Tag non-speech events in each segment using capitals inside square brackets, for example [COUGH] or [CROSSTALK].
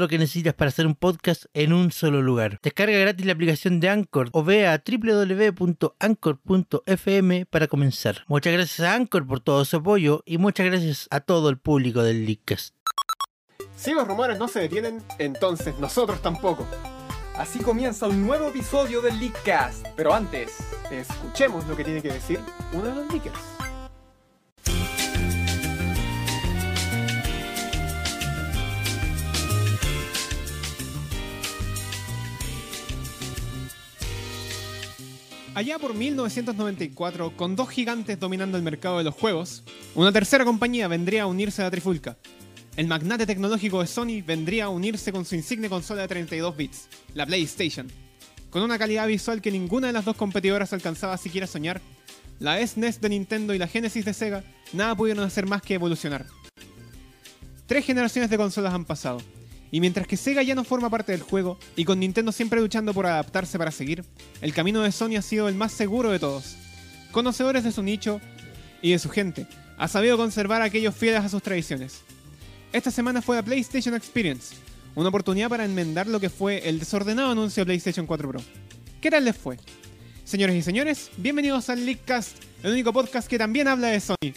lo que necesitas para hacer un podcast en un solo lugar. Descarga gratis la aplicación de Anchor o ve a www.anchor.fm para comenzar. Muchas gracias a Anchor por todo su apoyo y muchas gracias a todo el público del Leadcast. Si los rumores no se detienen, entonces nosotros tampoco. Así comienza un nuevo episodio del Leakcast. Pero antes, Escuchemos lo que tiene que decir uno de los leakers. Allá por 1994, con dos gigantes dominando el mercado de los juegos, una tercera compañía vendría a unirse a la Trifulca. El magnate tecnológico de Sony vendría a unirse con su insigne consola de 32 bits, la PlayStation. Con una calidad visual que ninguna de las dos competidoras alcanzaba siquiera a soñar, la SNES de Nintendo y la Genesis de Sega nada pudieron hacer más que evolucionar. Tres generaciones de consolas han pasado, y mientras que Sega ya no forma parte del juego, y con Nintendo siempre luchando por adaptarse para seguir, el camino de Sony ha sido el más seguro de todos. Conocedores de su nicho y de su gente, ha sabido conservar a aquellos fieles a sus tradiciones. Esta semana fue la PlayStation Experience, una oportunidad para enmendar lo que fue el desordenado anuncio de PlayStation 4 Pro. ¿Qué tal les fue? Señores y señores, bienvenidos al Leakcast, el único podcast que también habla de Sony.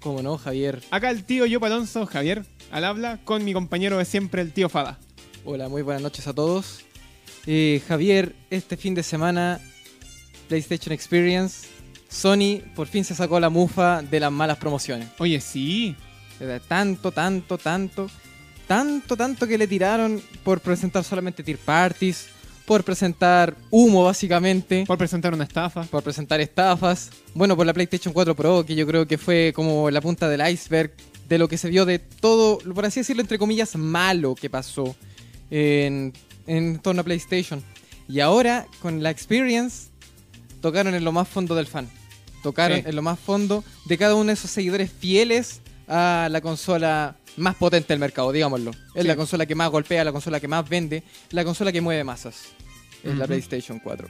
Como no, Javier. Acá el tío Yo Alonso, Javier, al habla con mi compañero de siempre, el tío Fada. Hola, muy buenas noches a todos. Eh, Javier, este fin de semana, PlayStation Experience, Sony por fin se sacó la mufa de las malas promociones. Oye, sí, Eh, Tanto, tanto, tanto, tanto, tanto que le tiraron por presentar solamente tier parties, por presentar humo básicamente. por presentar una estafa. por presentar estafas. Bueno, por la PlayStation 4 Pro, que yo creo que fue como la punta del iceberg de lo que se vio de todo, por así decirlo, entre comillas, malo que pasó en, en torno a PlayStation. Y ahora, con la Experience, tocaron en lo más fondo del fan. Tocaron Sí. en lo más fondo de cada uno de esos seguidores fieles a la consola más potente del mercado, digámoslo. Es Sí. la consola que más golpea, la consola que más vende, la consola que mueve masas. Es la Ujú. PlayStation 4.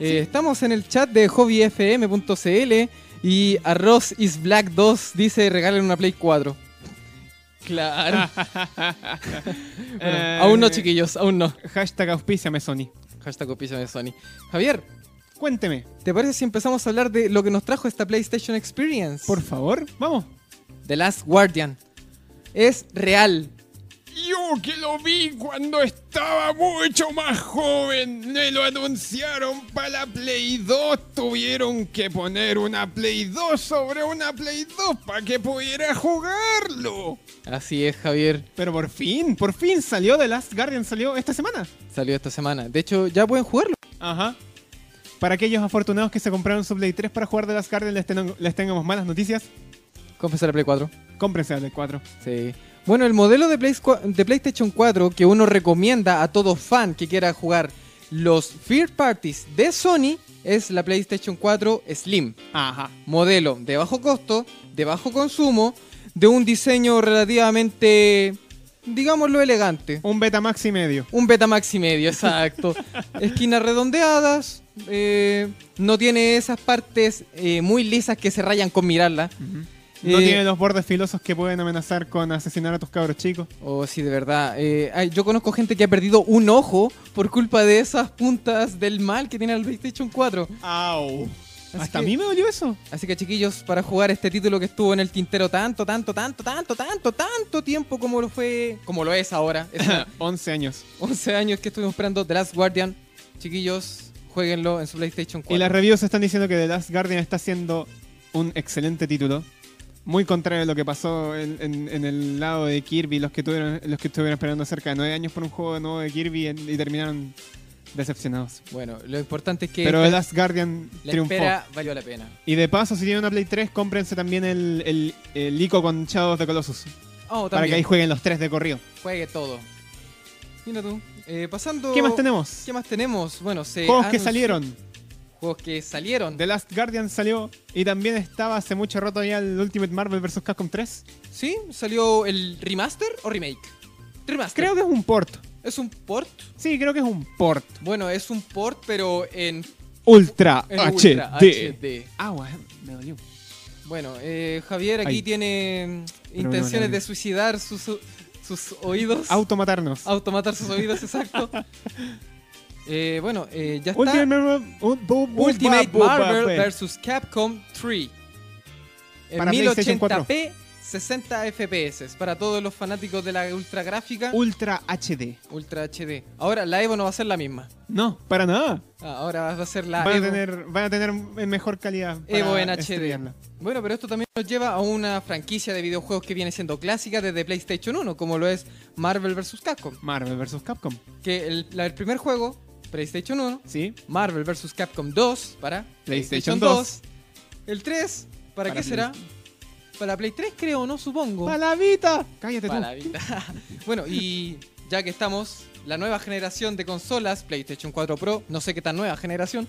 Eh, Estamos en el chat de hobbyfm.cl y Arroz is Black 2 dice regalen una Play 4. Claro. [LAUGHS] Bueno, Ah, Eh, aún no, chiquillos, aún no. Hashtag auspíciame, Sony. Hashtag opicio de Sony. Javier, Cuénteme, ¿te parece si empezamos a hablar de lo que nos trajo esta PlayStation Experience? por favor, vamos. The Last Guardian. Es real. Yo que lo vi cuando estaba mucho más joven, me lo anunciaron para la Play 2. Tuvieron que poner una Play 2 sobre una Play 2 para que pudiera jugarlo. Así es, Javier. Pero por fin, por fin salió The Last Guardian, salió esta semana. Salió esta semana. De hecho, ya pueden jugarlo. Ajá. Para aquellos afortunados que se compraron su Play 3 para jugar The Last Guardian, les, tenan- les tengamos malas noticias. Confesar la Play 4. Cómprense la Play 4. Sí. Bueno, el modelo de, Play Squa- de PlayStation 4 que uno recomienda a todo fan que quiera jugar los third parties de Sony es la PlayStation 4 Slim. Ajá. Modelo de bajo costo, de bajo consumo, de un diseño relativamente, digámoslo, elegante. Un Betamax y medio. Un Betamax [LAUGHS] y medio, exacto. Esquinas redondeadas, eh, no tiene esas partes eh, muy lisas que se rayan con mirarla. No Eh, tiene los bordes filosos que pueden amenazar con asesinar a tus cabros chicos. Oh, sí, de verdad. Eh, ay, yo conozco gente que ha perdido un ojo por culpa de esas puntas del mal que tiene el PlayStation 4. ¡Au! Así Hasta que- a mí me dolió eso. Así que, chiquillos, para jugar este título que estuvo en el tintero tanto, tanto, tanto, tanto, tanto, tanto tiempo como lo fue, como lo es ahora, [LAUGHS] es una- 11 años. 11 años que estuvimos esperando The Last Guardian, chiquillos, jueguenlo en su PlayStation 4. Y las reviews están diciendo que The Last Guardian está siendo un excelente título. Muy contrario a lo que pasó en, en- en el lado de Kirby, los que, tuvieron, los que estuvieron esperando cerca de 9 años por un juego nuevo de Kirby en- y terminaron Decepcionados. Bueno, lo importante es que Pero el Last Guardian la triunfó. espera valió la pena. Y de paso, si tienen una Play 3, cómprense también el, el, el ICO con Shadows de Colossus. Para Oh, que ahí también, jueguen los tres de corrido. juegue todo. Mira tú. Eh, pasando... ¿Qué más tenemos? ¿Qué más Eh, tenemos? Bueno, se Juegos que anunció- salieron. Juegos que salieron. The Last Guardian salió y también estaba hace mucho rato ya el Ultimate Marvel vs. Capcom 3. ¿Sí? ¿Salió el remaster o remake? Remaster. Creo que es un port. ¿Es un port? Sí, creo que es un port. Bueno, es un port, pero en, Ultra, en HD. Ultra HD. Agua, me dolió. Bueno, eh, Javier aquí Ay. tiene mm, me duele la intenciones de nariz. suicidar sus, o- sus oídos. Automatarnos. Automatar sus [LAUGHS] oídos, exacto. Eh, bueno, eh, ya está. Ultimate Marvel, un- bu- bu- Ultimate bu- bu- Marvel bu- vs Capcom 3. En Para PlayStation 1080p, 60 FPS. Para todos los fanáticos de la ultra gráfica, Ultra HD. ultra HD. Ahora la Evo no va a ser la misma. No, para nada. Ah, ahora va a ser la van, a Evo. tener, van a tener en mejor calidad. para este Evo en HD. estrenarla. Bueno, pero esto también nos lleva a una franquicia de videojuegos que viene siendo clásica desde PlayStation 1, como lo es Marvel vs. Capcom. Marvel vs. Capcom. Que el, la- el primer juego, PlayStation 1, Sí. Marvel vs. Capcom 2 para PlayStation 2. El 3, ¿para, Para qué Play- será? Para Play 3 creo, no supongo. ¡Palavita! Cállate Para tú. la vida. [LAUGHS] bueno, y ya que estamos, la nueva generación de consolas, PlayStation 4 Pro, no sé qué tan nueva generación,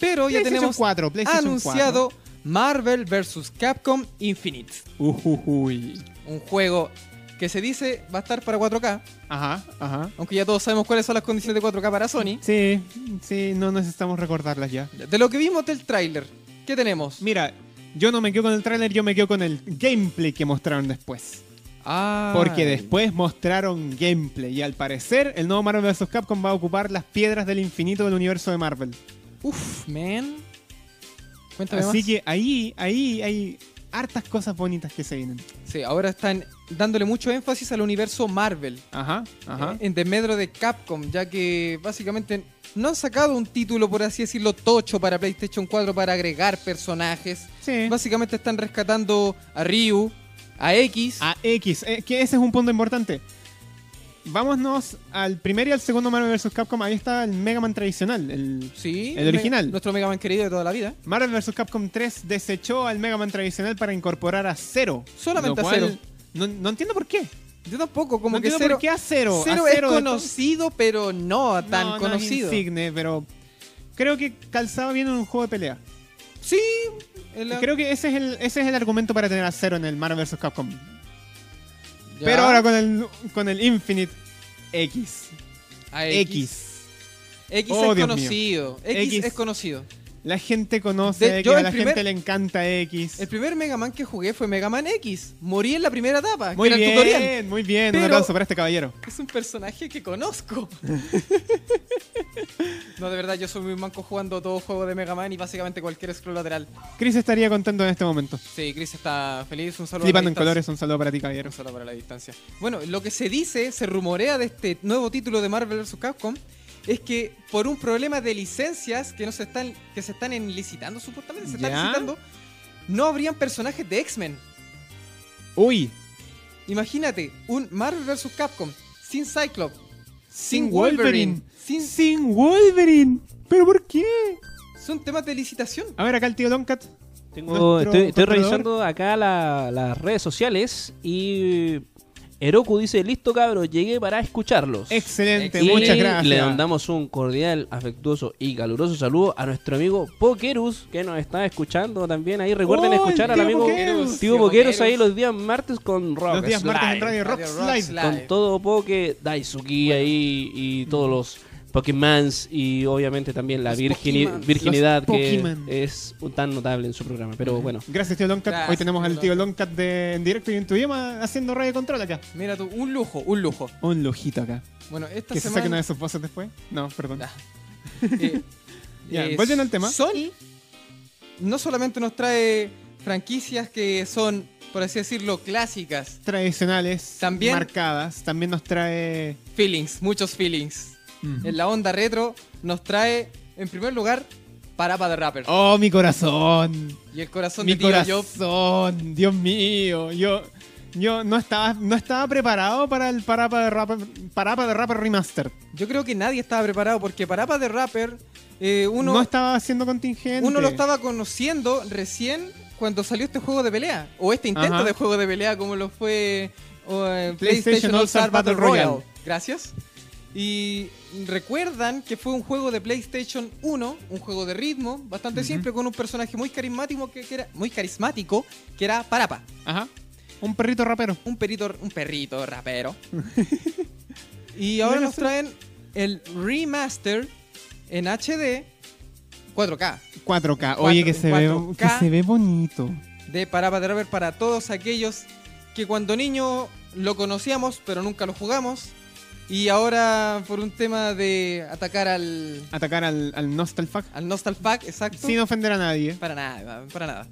pero ya PlayStation tenemos 4, PlayStation anunciado Marvel vs. Capcom Infinite. 4. Ujujuy. Un juego que se dice va a estar para 4K, Ajá, ajá. aunque ya todos sabemos cuáles son las condiciones de 4K para Sony. Sí, sí, no necesitamos recordarlas ya. De lo que vimos del tráiler, ¿qué tenemos? Mira, yo no me quedo con el tráiler, yo me quedo con el gameplay que mostraron después. Ah, Porque después mostraron gameplay y al parecer el nuevo Marvel vs. Capcom va a ocupar las piedras del infinito del universo de Marvel. Uf, man. Cuéntame Así más. que ahí, ahí hay hartas cosas bonitas que se vienen. Sí, ahora están dándole mucho énfasis al universo Marvel. Ajá, ajá. eh, en desmedro de Capcom, ya que básicamente no han sacado un título, por así decirlo, tocho para PlayStation 4 para agregar personajes. Sí. Básicamente están rescatando a Ryu, a X. A X, eh, que ese es un punto importante. Vámonos al primer y al segundo Marvel vs. Capcom. Ahí está el Mega Man tradicional. El sí, el original. nuestro Mega Man querido de toda la vida. Marvel vs. Capcom 3 desechó al Mega Man tradicional para incorporar a Zero. Solamente lo a cual Zero. No, no entiendo por qué. Yo tampoco, como no que entiendo Zero, por qué a Cero. Zero a Zero es de conocido, pero no to- tan no, no es conocido. insigne, pero creo que calzaba bien en un juego de pelea. sí, en la- Creo que ese es el, ese es el argumento para tener a Zero en el Marvel vs. Capcom. Ya. Pero ahora con el, con el Infinite X. A X. X. X Oh, es Dios mío. conocido. X, X. es conocido. La gente conoce De- a X, yo a el la primer- gente le encanta X. El primer Mega Man que jugué fue Mega Man X. Morí en la primera etapa, Muy que era bien, el tutorial. muy bien. Pero- Un aplauso para este caballero. Es un personaje que conozco. [LAUGHS] no, de verdad, yo soy muy manco jugando todo juego de Mega Man y básicamente cualquier scroll lateral. Chris estaría contento en este momento. Sí, Chris está feliz. Un saludo Flipando en para la distancia. colores, un saludo para ti, caballero. Un saludo para la distancia. Bueno, lo que se dice, se rumorea de este nuevo título de Marvel vs. Capcom es que por un problema de licencias que no se están que se están en licitando supuestamente se están ¿Ya? licitando no habrían personajes de X-Men. Uy, Imagínate un Marvel vs. Capcom sin Cyclops, sin Wolverine. sin Sin Wolverine. ¿Pero por qué? Son temas de licitación. A ver, acá el tío Doncat. Tengo- Nuestro estoy, estoy controlador. revisando acá la- las redes sociales y Heroku dice, listo cabros, llegué para escucharlos. Excelente, Y muchas gracias. Le mandamos un cordial, afectuoso y caluroso saludo a nuestro amigo Pokerus, que nos está escuchando también ahí. Recuerden Oh, el escuchar al tío amigo Poquerus. Tío Pokerus ahí los días martes con Rock Los días martes en Slide. Radio Rock Radio Rock Slide. Slide. Con todo Poke, Daisuki ahí y todos los Pokémons y obviamente también la Los virgini- Pokémons. virginidad Los que Pokémon. es un tan notable en su programa. Pero bueno, Gracias, tío Longcat. Hoy Gracias, tenemos tío al tío Longcat de, en directo y en tu idioma haciendo radio control acá. Mira tú, un lujo, un lujo. Un lujito acá. Bueno, esta Que se saque una semana. de sus voces después. No, perdón. Ah. [LAUGHS] eh, Ya, volviendo al tema. Sony no solamente nos trae franquicias que son, por así decirlo, clásicas. Tradicionales, También- marcadas. También nos trae. Feelings, muchos feelings. Mm. En la onda retro nos trae, en primer lugar, Parapa de Rapper. Oh, mi corazón. Y el corazón Mi de Tío Job. corazón. Dios mío. Yo, Yo no estaba, no estaba preparado para el Parapa de Rapper, Parapa de Rapper Remastered. Yo creo que nadie estaba preparado porque Parapa de Rapper, eh, uno, no estaba siendo contingente. uno lo estaba conociendo recién cuando salió este juego de pelea, o este intento Ajá. de juego de pelea como lo fue o, eh, PlayStation, PlayStation All-Star All-Star Battle Royale. Gracias. Y recuerdan que fue un juego de PlayStation 1, un juego de ritmo, bastante simple, con un personaje muy carismático que, que era muy carismático, que era Parapa. Ajá. Un perrito rapero. un perrito, un perrito [LAUGHS] rapero. y ahora nos traen el remaster en HD 4K 4K. Oye, que se, ve, 4K. que se ve bonito. de Parapa de Rubber para todos aquellos que cuando niño lo conocíamos pero nunca lo jugamos. Y ahora por un tema de atacar al, Atacar al, al Nostalfuck al Nostalpack, exacto. sin ofender a nadie. Para nada, para nada.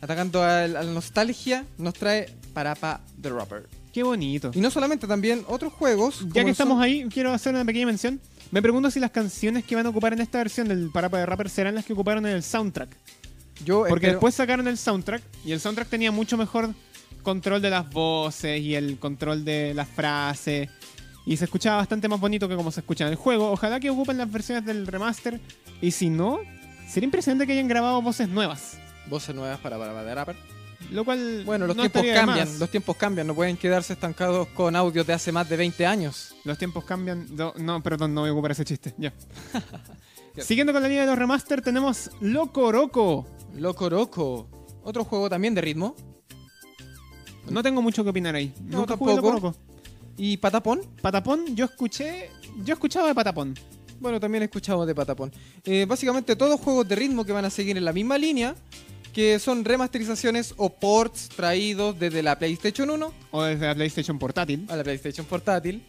Atacando al, al Nostalgia nos trae Parapa the Rapper. Qué bonito. Y no solamente, también otros juegos. Ya como que estamos son- ahí, quiero hacer una pequeña mención. Me pregunto si las canciones que van a ocupar en esta versión del Parapa de Rapper serán las que ocuparon en el soundtrack. yo Porque espero- después sacaron el soundtrack y el soundtrack tenía mucho mejor control de las voces y el control de las frases. Y se escuchaba bastante más bonito que como se escucha en el juego. Ojalá que ocupen las versiones del remaster. Y si no, sería impresionante que hayan grabado voces nuevas. voces nuevas para Parapa de Rapper. Lo cual. Bueno, los no tiempos estaría de cambian, más. los tiempos cambian, no pueden quedarse estancados con audios de hace más de 20 años. Los tiempos cambian. No, no, perdón, no voy a ocupar ese chiste. [LAUGHS] Ya. Siguiendo con la línea de los remaster, tenemos Loco Roco. Loco Roco, otro juego también de ritmo. No tengo mucho que opinar ahí. No, Nunca jugué Loco tampoco. Roco. ¿Y Patapón? Patapón, yo escuché. Yo he escuchado de Patapón. Bueno, también escuchamos de Patapón. Eh, básicamente todos juegos de ritmo que van a seguir en la misma línea, que son remasterizaciones o ports traídos desde la PlayStation 1 O desde la PlayStation Portátil. a la PlayStation Portátil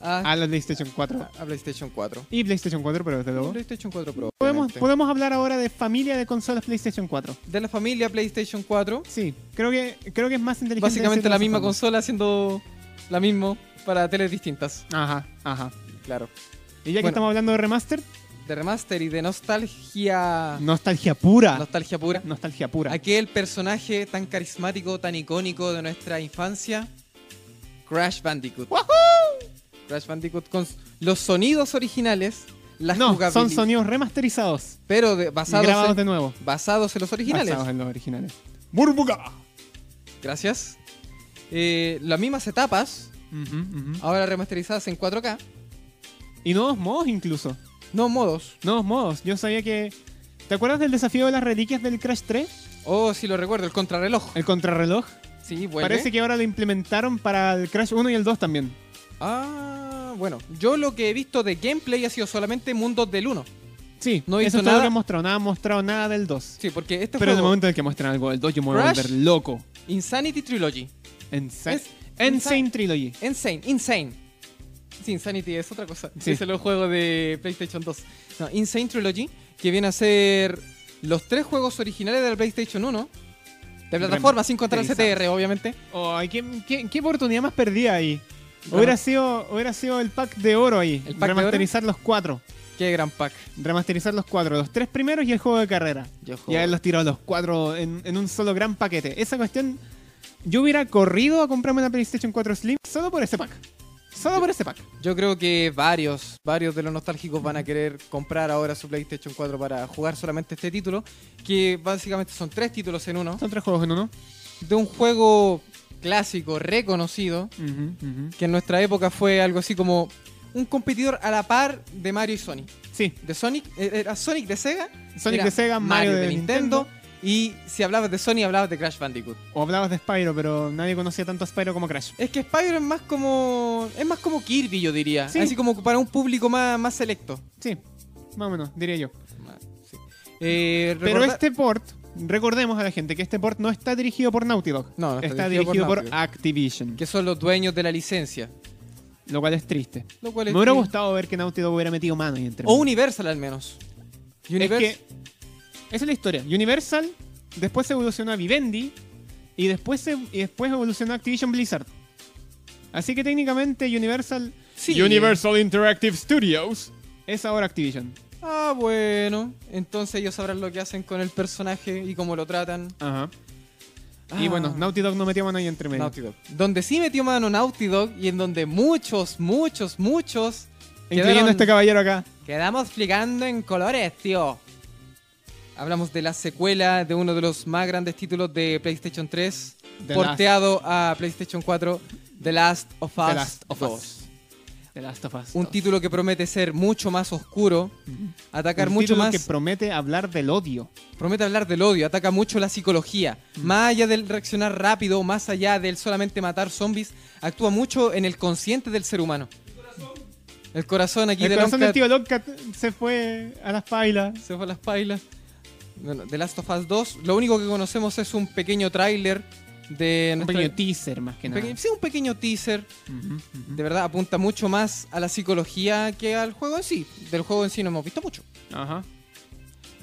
a, A la PlayStation 4. a PlayStation 4. Y PlayStation 4, Ah. pero desde Y luego. PlayStation 4 Pro. Podemos, obviamente. podemos hablar ahora de familia de consolas PlayStation 4. De la familia PlayStation 4, Sí, creo que, creo que es más inteligente. básicamente decirlo de la esa misma forma. consola haciendo la misma para teles distintas. Ajá, ajá. Claro. Y ya que Bueno. estamos hablando de remaster, de remaster y de nostalgia. nostalgia pura. Nostalgia pura. Nostalgia pura. Aquel personaje tan carismático, tan icónico de nuestra infancia. Crash Bandicoot. Crash Bandicoot con s- los sonidos originales, las no, jugabili- son sonidos remasterizados. Pero de- basados, grabados en, de nuevo. basados en los originales. Basados en los originales. ¡Burbuga! Gracias. Eh, las mismas etapas, ahora remasterizadas en Ah, 4K. Y nuevos modos incluso. No modos. Nuevos modos. Yo sabía que. ¿Te acuerdas del desafío de las reliquias del Crash 3? Oh, si lo recuerdo, el contrarreloj. El contrarreloj. Sí, vuelve. Parece que ahora lo implementaron para el Crash 1 y el 2 también. Ah, bueno. Yo lo que he visto de gameplay ha sido solamente mundos del 1. Sí, No hizo eso es todo lo nada. que han mostrado. Nada han mostrado nada del 2. Sí, porque este Pero en el juego, momento en el que muestran algo del 2, yo me voy a Crash. volver loco. Insanity Trilogy. Insane, Es- Insane Trilogy. Insane, Insane. Sí, Insanity es otra cosa. Sí. Es el juego de PlayStation 2. No, Insane Trilogy, que viene a ser los tres juegos originales de la PlayStation 1. De plataforma, sin contar el Remasterizados. CTR, obviamente. Ay, ¿qué, qué, qué oportunidad más perdida ahí? Hubiera sido, hubiera sido el pack de oro ahí. ¿El pack de remasterizar los cuatro. Qué gran pack. Remasterizar los cuatro. Los tres primeros y el juego de carrera. Yo Y haberlos tirado los cuatro en, en un solo gran paquete. Esa cuestión, yo hubiera corrido a comprarme una PlayStation 4 Slim solo por ese pack. Solo por ese pack. Yo creo que varios, varios de los nostálgicos van a querer comprar ahora su PlayStation 4 para jugar solamente este título, que básicamente son tres títulos en uno, Son tres juegos en uno. de un juego clásico, reconocido, que en nuestra época fue algo así como un competidor a la par de Mario y Sonic. Sí, De Sonic, eh, era Sonic de Sega, Sonic era de Sega, Mario, de, Nintendo. y si hablabas de Sonic hablabas de Crash Bandicoot. O hablabas de Spyro, pero nadie conocía tanto a Spyro como Crash. Es que Spyro es más como es más como Kirby, yo diría, Sí. así como para un público más, más selecto. Sí, más o menos, diría yo. Eh, Pero recordar- este port, recordemos a la gente que este port no está dirigido por Naughty Dog. No, no está, dirigido por, Naughty Dog, Activision, que son los dueños de la licencia. lo cual es triste. Lo cual Me es hubiera triste. gustado ver que Naughty Dog hubiera metido mano y entre O Universal al menos. Es Universal. que- esa es la historia. Universal, después evolucionó a Vivendi y después, se- y después evolucionó a Activision Blizzard. Así que técnicamente Universal Sí. Interactive Studios es ahora Activision. Ah, bueno. Entonces ellos sabrán lo que hacen con el personaje y cómo lo tratan. Ajá. Y Ah. bueno, Naughty Dog no metió mano ahí entre medio. Naughty Dog. Donde sí metió mano Naughty Dog y en donde muchos, muchos, muchos Incluyendo a este caballero acá. Quedamos fligando en colores, tío. Hablamos de la secuela de uno de los más grandes títulos de PlayStation 3, The porteado a PlayStation 4, The Last of Us. The Last of 2. Us. The Last of Us. Un título que promete ser mucho más oscuro, atacar Un mucho título más. que promete hablar del odio. promete hablar del odio, ataca mucho la psicología. Mm. Más allá del reaccionar rápido, más allá del solamente matar zombies, actúa mucho en el consciente del ser humano. El corazón aquí El de corazón del Loncat tío Lockhart se fue a las pailas. se fue a las pailas. Bueno, The Last of Us 2, lo único que conocemos es un pequeño tráiler de Un nuestra- pequeño teaser más Mm. que un nada. pequeño- sí, un pequeño teaser. Ujú, ujú. De verdad, apunta mucho más a la psicología que al juego en sí. Del juego en sí no hemos visto mucho. Ajá.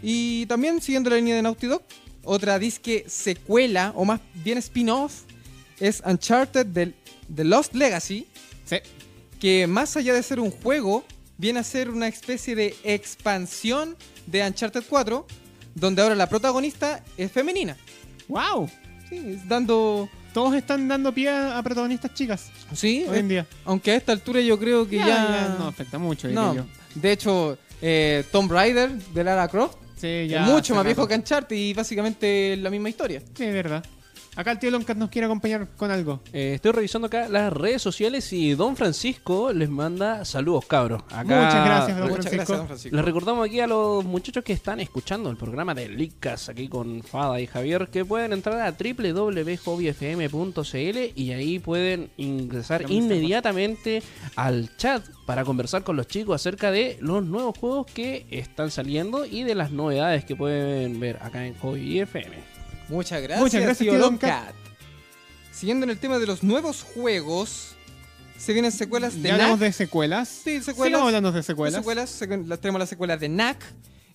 Y también, siguiendo la línea de Naughty Dog, otra disque secuela, o más bien spin-off, es Uncharted del- The Lost Legacy, Sí. que más allá de ser un juego, viene a ser una especie de expansión de Uncharted 4, donde ahora la protagonista es femenina. ¡Wow! Sí, es dando... Todos están dando pie a a protagonistas chicas Sí, hoy en día. aunque a esta altura yo creo que ya... no afecta mucho, diría No, yo. de hecho, eh, Tomb Raider de Lara Croft Sí, es ya hace mucho más viejo rato. que Uncharted y básicamente la misma historia. Sí, es verdad. Acá el tío Loncat nos quiere acompañar con algo. Eh, estoy revisando acá las redes sociales y Don Francisco les manda saludos, cabros. Acá Muchas gracias, Don Muchas Francisco. gracias, don Francisco. Les recordamos aquí a los muchachos que están escuchando el programa de Licas aquí con Fada y Javier que pueden entrar a www.hobbyfm.cl y ahí pueden ingresar Camisa, inmediatamente al chat para conversar con los chicos acerca de los nuevos juegos que están saliendo y de las novedades que pueden ver acá en Hobby FM. Muchas gracias, Muchas gracias, tío Don Cat. Siguiendo en el tema de los nuevos juegos, se vienen secuelas de Ya hablamos NAC. de secuelas. Sí, secuelas. Sigamos hablando de Las secuelas. secuelas, secu- la- tenemos la secuela de NAC,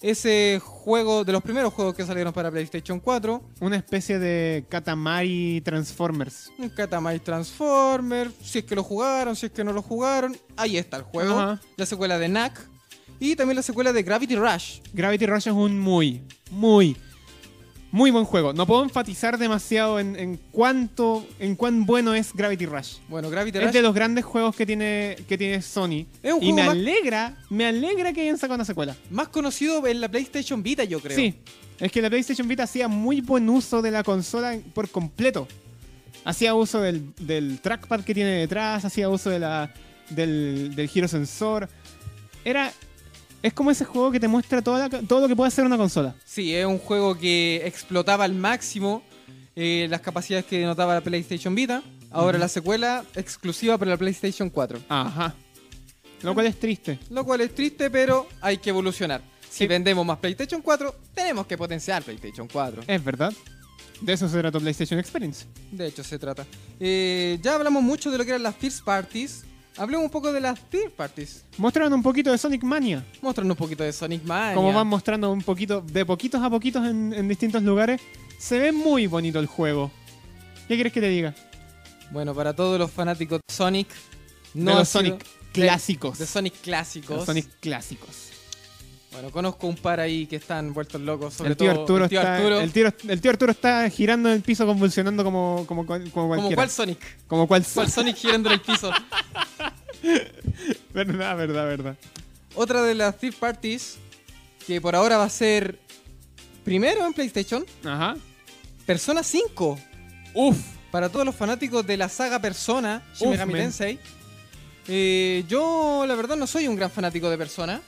ese juego de los primeros juegos que salieron para PlayStation 4, Una especie de Katamari Transformers. un Katamari Transformer, si es que lo jugaron, si es que no lo jugaron, ahí está el juego, Ajá. la secuela de NAC y también la secuela de Gravity Rush. Gravity Rush es un muy, muy, muy buen juego. No puedo enfatizar demasiado en, en cuánto, en cuán bueno es Gravity Rush. Bueno, Gravity Es Rush de los grandes juegos que tiene, que tiene Sony. Es un y juego me más- alegra, me alegra que hayan sacado una secuela. más conocido en la PlayStation Vita, yo creo. Sí, es que la PlayStation Vita hacía muy buen uso de la consola en- por completo. Hacía uso del, del trackpad que tiene detrás, hacía uso de la, del, del giro sensor. Era. Es como ese juego que te muestra toda la- todo lo que puede hacer una consola. Sí, es un juego que explotaba al máximo eh, las capacidades que notaba la PlayStation Vita. Ahora la secuela exclusiva para la PlayStation 4. Ajá. Lo cual es triste. Lo cual es triste, pero hay que evolucionar. Si Sí. vendemos más PlayStation 4, tenemos que potenciar PlayStation 4. Es verdad. De eso se trata PlayStation Experience. De hecho, se trata. Eh, ya hablamos mucho de lo que eran las first parties. Hablemos un poco de las third parties. Mostraron un poquito de Sonic Mania. Mostrando un poquito de Sonic Mania. Como van mostrando un poquito, de poquitos a poquitos en, en distintos lugares. Se ve muy bonito el juego. ¿Qué quieres que te diga? Bueno, para todos los fanáticos de Sonic, no de ha los sido- Sonic clásicos. de Sonic De clásicos. los Sonic clásicos. Bueno, conozco un par ahí que están vueltos locos, sobre el tío todo Arturo el tío está, Arturo. El, tío, el tío Arturo está girando en el piso convulsionando como, como, cual- como como cualquiera. cuál Sonic, Como cual, cuál Sonic girando en [LAUGHS] el piso. Verdad, verdad, verdad. Otra de las third parties que por ahora va a ser primero en PlayStation, Ajá. Persona 5. Uf, para todos los fanáticos de la saga Persona, Shin Uf, Megami men. Tensei. Eh, yo la verdad no soy un gran fanático de Persona.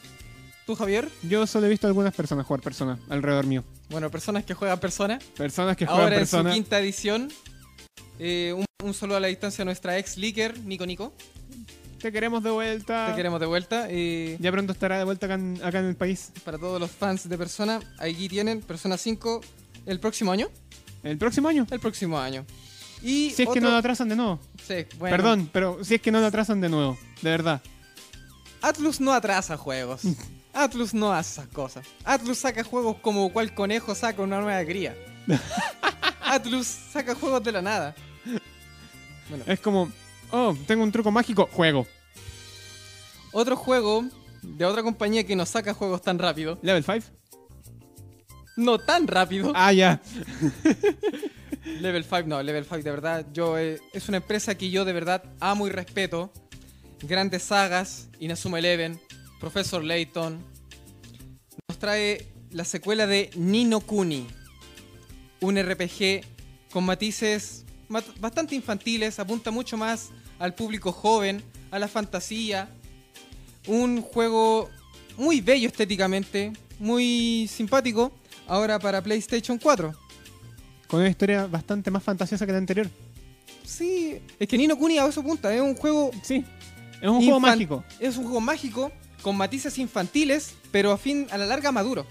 ¿Tú, Javier? Yo solo he visto algunas personas jugar personas alrededor mío. Bueno, personas que juegan Persona. Personas que juegan Ahora en su personas. quinta edición. Eh, un, un saludo a la distancia a nuestra ex leaker, Nico Nico. Te queremos de vuelta. Te queremos de vuelta. eh, Ya pronto estará de vuelta acá en, acá en el país. para todos los fans de Persona, aquí tienen Persona 5 el próximo año. El próximo año. El próximo año. Si Y es que otro- no lo atrasan de nuevo. Sí, bueno. Perdón, pero si es que no lo atrasan de nuevo. De verdad. Atlus no [LAUGHS] atrasa juegos. Atlus no hace esas cosas. Atlus saca juegos como cual conejo saca una nueva [LAUGHS] cría. Atlus saca juegos de la nada. Bueno, Es como, oh, tengo un truco mágico. Juego. otro juego de otra compañía que no saca juegos tan rápido. Level 5. No tan rápido. Ah, ya. Level 5, no, Level 5, de verdad, yo eh, es una empresa que yo de verdad amo y respeto. Grandes sagas, Inazuma Eleven, Professor Layton. Nos trae la secuela de Nino Kuni, un RPG con matices mat- bastante infantiles, apunta mucho más al público joven, a la fantasía. Un juego muy bello estéticamente, muy simpático, ahora para PlayStation 4. Con una historia bastante más fantasiosa que la anterior. Sí, es que Nino Kuni a eso punta, es un juego. Sí. Es un juego infan- mágico. Es un juego mágico, con matices infantiles, pero a fin, a la larga maduro.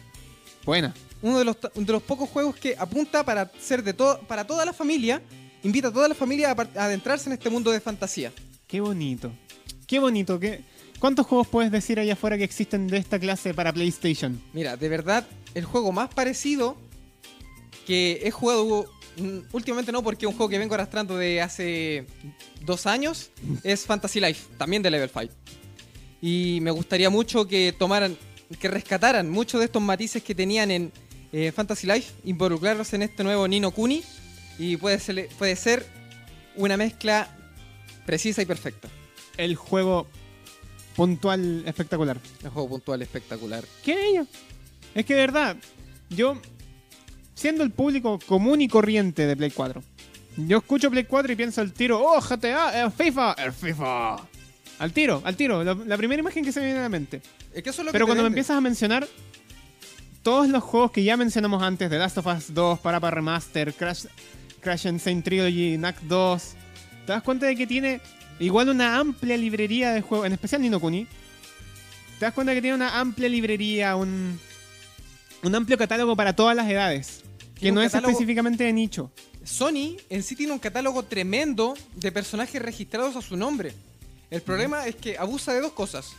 Buena. Uno de los, ta- de los pocos juegos que apunta para ser de todo para toda la familia, invita a toda la familia a, par- a adentrarse en este mundo de fantasía. Qué bonito. Qué bonito. Qué... ¿Cuántos juegos puedes decir allá afuera que existen de esta clase para PlayStation? Mira, de verdad, el juego más parecido que he jugado mm, últimamente no, porque es un juego que vengo arrastrando de hace dos años, es Fantasy Life, también de Level 5. Y me gustaría mucho que tomaran, que rescataran muchos de estos matices que tenían en eh, Fantasy Life, involucrarlos en este nuevo Nino Kuni, y puede ser, puede ser una mezcla precisa y perfecta. El juego puntual espectacular. Un juego puntual espectacular. Qué bello. Es que de verdad, yo, siendo el público común y corriente de Play 4, yo escucho Play 4 y pienso al tiro, oh, GTA, el FIFA, el FIFA. Al tiro, al tiro, la, la primera imagen que se me viene a la mente. Es que eso es lo que Pero te cuando me vende. empiezas a mencionar todos los juegos que ya mencionamos antes, The Last of Us 2, Parapa Remaster, Crash, Crash Insane Trilogy, Knack 2, te das cuenta de que tiene igual una amplia librería de juegos, en especial Nino Kuni. Te das cuenta de que tiene una amplia librería, un, un amplio catálogo para todas las edades. Que Tiene un no es catálogo- específicamente de nicho. Sony en sí tiene un catálogo tremendo de personajes registrados a su nombre. El problema es que abusa de dos cosas.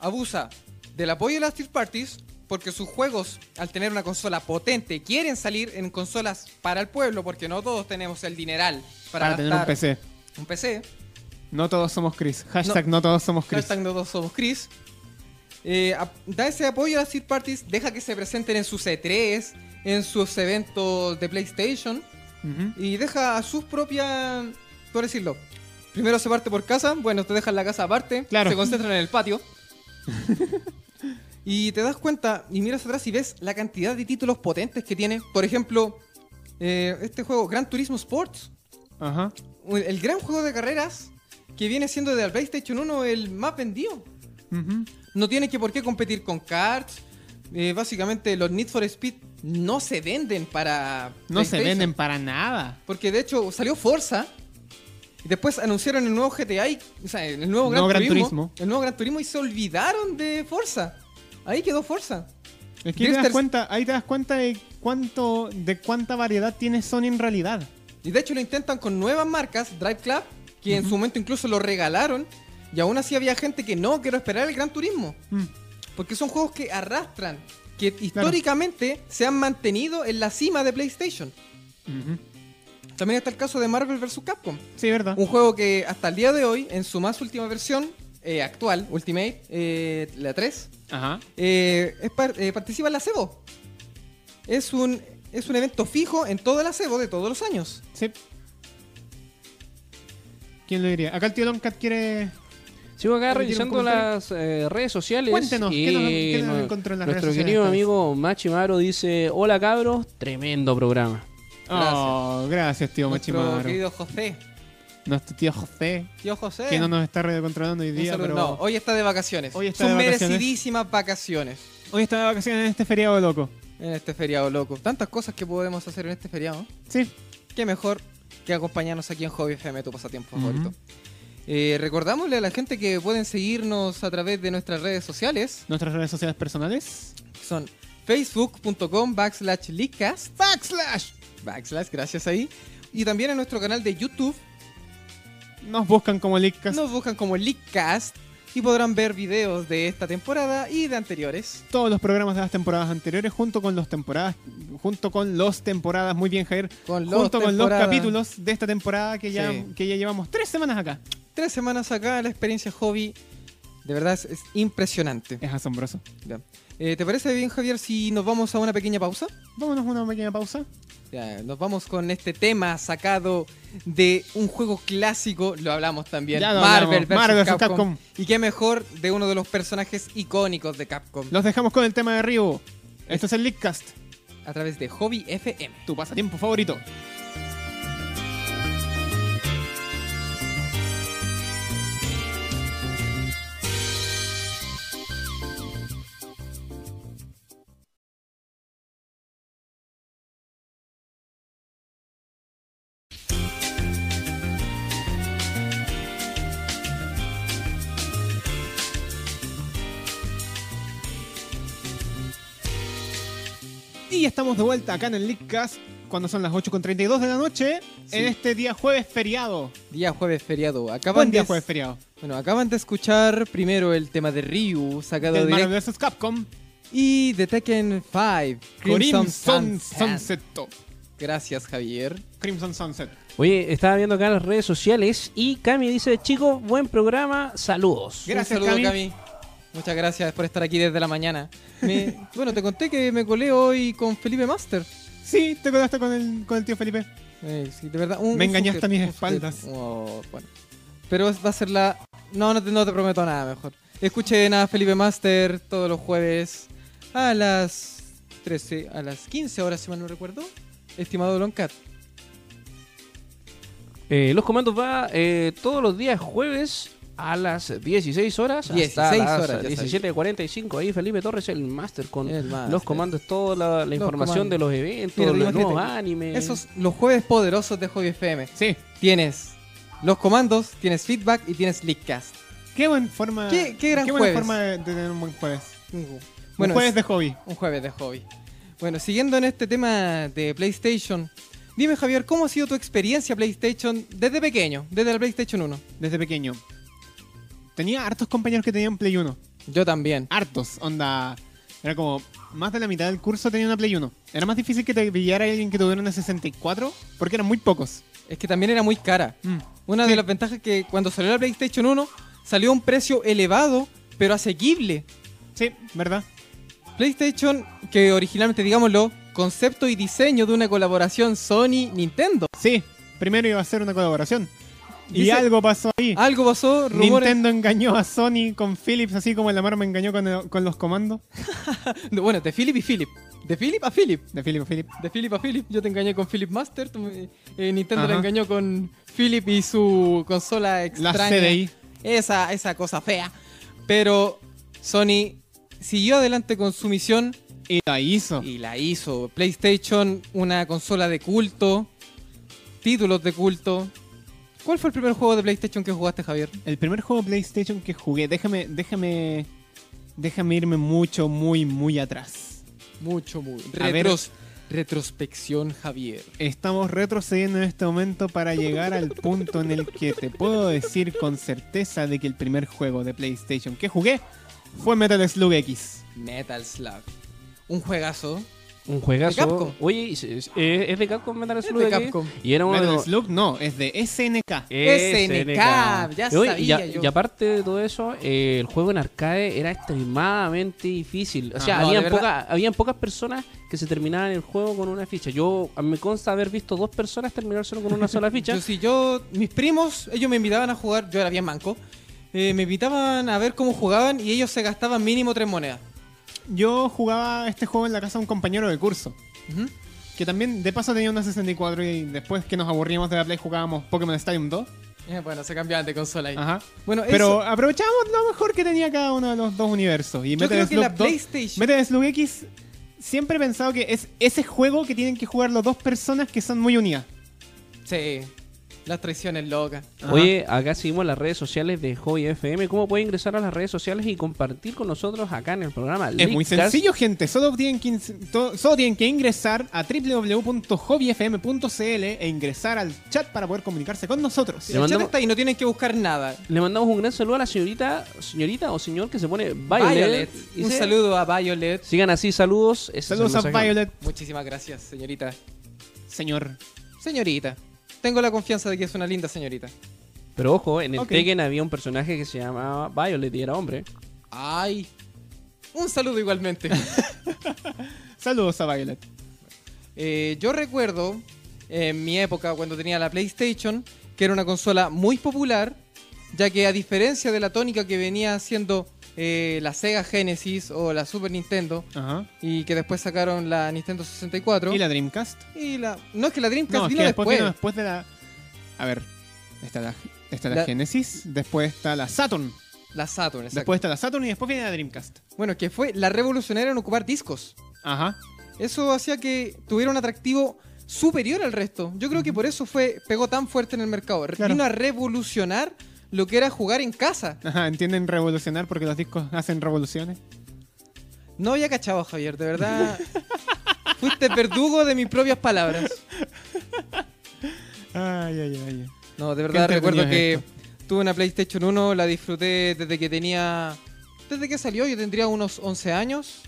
Abusa del apoyo de las third parties, porque sus juegos, al tener una consola potente, quieren salir en consolas para el pueblo, porque no todos tenemos el dineral para, Para, tener un gastar PC. un PC. No todos somos Chris. Hashtag no, todos somos Chris. Hashtag no todos somos Chris. Eh, ap- da ese apoyo a las third parties, deja que se presenten en sus E3, en sus eventos de PlayStation. Ujú. y deja a sus propias. por decirlo? Primero se parte por casa, bueno, te dejan la casa aparte, Claro. se concentran en [LAUGHS] el patio. y te das cuenta y miras atrás y ves la cantidad de títulos potentes que tiene. Por ejemplo, eh, este juego, Gran Turismo Sports, Ajá. un- el gran juego de carreras que viene siendo de la PlayStation 1 el más vendido. Ujú. No tiene que por qué competir con karts. eh, básicamente, los Need for Speed no se venden para. No se PlayStation. venden para nada. Porque de hecho salió Forza. Y después anunciaron el nuevo GTA, y- o sea, el nuevo Gran, Nuevo Gran Turismo, Turismo. El nuevo Gran Turismo y se olvidaron de Forza. Ahí quedó Forza. Es que ahí te, das Drifters. cuenta, ahí te das cuenta de cuánto de cuánta variedad tiene Sony en realidad. Y de hecho lo intentan con nuevas marcas, Drive Club, que en su momento incluso lo regalaron. Y aún así había gente que no, quiero esperar el Gran Turismo. Porque son juegos que arrastran, que históricamente se han mantenido en la cima de PlayStation. También está el caso de Marvel vs. Capcom. Sí, ¿verdad? Un juego que hasta el día de hoy, en su más última versión, eh, actual, Ultimate, eh, la 3, Ajá. eh, es par- eh, participa en la CEBO. Es un, es un evento fijo en toda la CEBO de todos los años. Sí. ¿Quién lo diría? Acá el tío Loncat quiere. Sigo acá ¿Tiene revisando un comentario? las eh, redes sociales. Cuéntenos, ¿qué nos- y qué nos nue- encontró en las Nuestro redes sociales, querido entonces? amigo Machimaro dice: Hola cabros, tremendo programa. Gracias. Oh, gracias, tío Nuestro Machimaro. querido José. Nuestro tío José, Tío José. que no nos está recontrolando hoy un día, saludo. pero. No, hoy está de vacaciones. Hoy está Sus de vacaciones. merecidísimas vacaciones Hoy está de vacaciones en este feriado loco. en este feriado loco. Tantas cosas que podemos hacer en este feriado. Sí. qué mejor que acompañarnos aquí en Hobby FM, tu pasatiempo favorito. Eh, recordámosle a la gente que pueden seguirnos a través de nuestras redes sociales, Nuestras redes sociales personales. que son facebook.com backslash leakcast, Backslash. backslash, gracias ahí, y también en nuestro canal de YouTube, Nos buscan como Lickcast. nos buscan como leakcast y podrán ver videos de esta temporada y de anteriores. Todos los programas de las temporadas anteriores, junto con los temporadas, junto con los temporadas, muy bien Javier, Con los junto con los temporadas. capítulos de esta temporada que ya, Sí. que ya llevamos tres semanas acá. Tres semanas acá, la experiencia hobby de verdad es, es impresionante. Es asombroso. Ya. Eh, ¿Te parece bien, Javier, si nos vamos a una pequeña pausa? Vámonos a una pequeña pausa. Ya, nos vamos con este tema sacado de un juego clásico, lo hablamos también, Ya lo Marvel hablamos, vs. Marvel vs. Capcom. Capcom. Y qué mejor de uno de los personajes icónicos de Capcom Los dejamos con el tema de Ryu. Esto es el Leakcast, a través de Hobby FM. tu pasatiempo favorito. Y estamos de vuelta acá en el Leakcast cuando son las 8.32 de la noche en este día jueves feriado. Día jueves feriado. Acaban Buen día de- jueves feriado. Bueno, acaban de escuchar primero el tema de Ryu, sacado Del de Marvel vs. Capcom. y de Tekken 5, Crimson Crimson Sunset. Sunset. Gracias, Javier. Crimson Sunset. Oye, estaba viendo acá en las redes sociales y Cami dice, chicos, buen programa, saludos. Gracias, Un saludo, Cami. Muchas gracias por estar aquí desde la [LAUGHS] mañana. Me- bueno, te conté que me colé hoy con Felipe Master. Sí, te quedaste con el, con el tío Felipe. Eh, sí, de verdad, un- Me un engañaste a mis un sujeto. espaldas. Oh, bueno. Pero es- va a ser la... No, no te, no te prometo nada mejor. Escuchen a Felipe Master todos los jueves a las 13, a las 15 horas, si mal no recuerdo. Estimado Loncat. Eh, los comandos va eh, todos los días jueves a las 16 horas 16 hasta las horas, ya 17.45. Ahí Felipe Torres, el máster con El máster. los comandos, toda la, la Los información de comandos. los eventos, Mira, los imagínate, nuevos animes. Esos, los jueves poderosos de Hobby FM. Sí. Tienes los comandos, tienes feedback y tienes leakcast. Qué buena forma. Qué- qué gran buena jueves. forma de, de tener un buen jueves. un Bueno, jueves es- de hobby. un jueves de hobby. Bueno, siguiendo en este tema de PlayStation, dime Javier, ¿cómo ha sido tu experiencia PlayStation desde pequeño, desde la PlayStation 1? Desde pequeño. Tenía hartos compañeros que tenían Play 1. Yo también. Hartos. Onda. Era como. Más de la mitad del curso tenía una Play 1. Era más difícil que te pillara alguien que tuviera una 64 porque eran muy pocos. Es que también era muy cara. Mm. Una de las ventajas es que cuando salió la PlayStation 1 salió a un precio elevado, pero asequible. Sí, ¿verdad? PlayStation, que originalmente, digámoslo, concepto y diseño de una colaboración Sony-Nintendo. Sí. Primero iba a ser una colaboración. Y Dice- algo pasó ahí. Algo pasó, rumores... Nintendo engañó a Sony con Philips, así como el Amaro me engañó con, el- con los comandos. No, Bueno, de Philip y Philip. De Philip a Philip. De Philip, Philip. De Philip a Philip. Yo te engañé con Philip Master. tú me- eh, Nintendo Ajá. la engañó con Philip y su consola La extraña. CDI. Esa, esa cosa fea. Pero Sony siguió adelante con su misión Y la hizo. y la hizo. PlayStation, una consola de culto. Títulos de culto. ¿Cuál fue el primer juego de PlayStation que jugaste, Javier? El primer juego de PlayStation que jugué, déjame, déjame, déjame irme mucho, muy, muy atrás. Mucho, muy. A ver. Retros, retrospección, Javier. Estamos retrocediendo en este momento para llegar al punto en el que te puedo decir con certeza de que el primer juego de PlayStation que jugué fue Metal Slug X. Metal Slug. Un juegazo. Un juegazo. ¿De Capcom? Oye, y se- es, es de Capcom Metal Slug. de aquí. Capcom. Y era uno de Metal los... Slug no, es de SNK. SNK, ya Y oye, sabía y, a- yo. y aparte de todo eso, eh, el juego en arcade era extremadamente difícil. O sea, Ah, no, habían, de verdad. poca- habían pocas personas que se terminaban el juego con una ficha. Yo a mí me consta haber visto dos personas terminar solo con una sola [LAUGHS] ficha. Yo sí, yo, mis primos, ellos me invitaban a jugar, yo era bien manco, eh, me invitaban a ver cómo jugaban y ellos se gastaban mínimo tres monedas. Yo jugaba este juego en la casa de un compañero de curso. Ujú. Que también, de paso, tenía una 64 y después que nos aburríamos de la Play jugábamos Pokémon Stadium 2. Eh, bueno, se cambiaban de consola ahí. Ajá. Bueno, Pero eso, aprovechábamos lo mejor que tenía cada uno de los dos universos. Y yo Metal creo que Slug la 2 PlayStation... Metal Slug X siempre he pensado que es ese juego que tienen que jugar las dos personas que son muy unidas. Sí, las traiciones locas. Ajá. Oye, acá seguimos las redes sociales de Hobby FM. ¿Cómo puede ingresar a las redes sociales y compartir con nosotros acá en el programa? Es muy Leakcast? sencillo, gente. Solo tienen que, ins- to- solo tienen que ingresar a www.hobbyfm.cl e ingresar al chat para poder comunicarse con nosotros. Si Le el chat mandamos- está ahí, no tienen que buscar nada. Le mandamos un gran saludo a la señorita, señorita o señor que se pone Violet. Violet. Y Un se- saludo a Violet. Sigan así, saludos. Ese es el Saludos a mensaje. Violet, Muchísimas gracias, señorita. señor. Señorita. Tengo la confianza de que es una linda señorita. Pero ojo, en el Ok. Tekken había un personaje que se llamaba Violet y era hombre. Ay. [LAUGHS] Un saludo igualmente. Saludos a Violet. Eh, yo recuerdo en mi época cuando tenía la PlayStation, que era una consola muy popular, ya que a diferencia de la tónica que venía haciendo eh, la Sega Genesis o la Super Nintendo, Ajá. y que después sacaron la Nintendo 64. ¿Y la Dreamcast? y la- No, es que la Dreamcast No, es vino que después después. vino después de la. A ver, está la, está la, La- Genesis, después está la Saturn, La Saturn, exacto. después está la Saturn y después viene la Dreamcast. Bueno, que fue la revolucionaria en ocupar discos. Ajá. Eso hacía que tuviera un atractivo superior al resto. Yo creo que por eso fue pegó tan fuerte en el mercado. Re- Claro. Vino a revolucionar lo que era jugar en casa. Ajá, ¿entienden revolucionar porque los discos hacen revoluciones? No había cachado, Javier, de verdad. Fuiste verdugo de mis propias palabras. Ay, ay, ay. No, de verdad recuerdo que entretenido tuve una PlayStation 1, la disfruté desde que tenía. Desde que salió, yo tendría unos 11 años.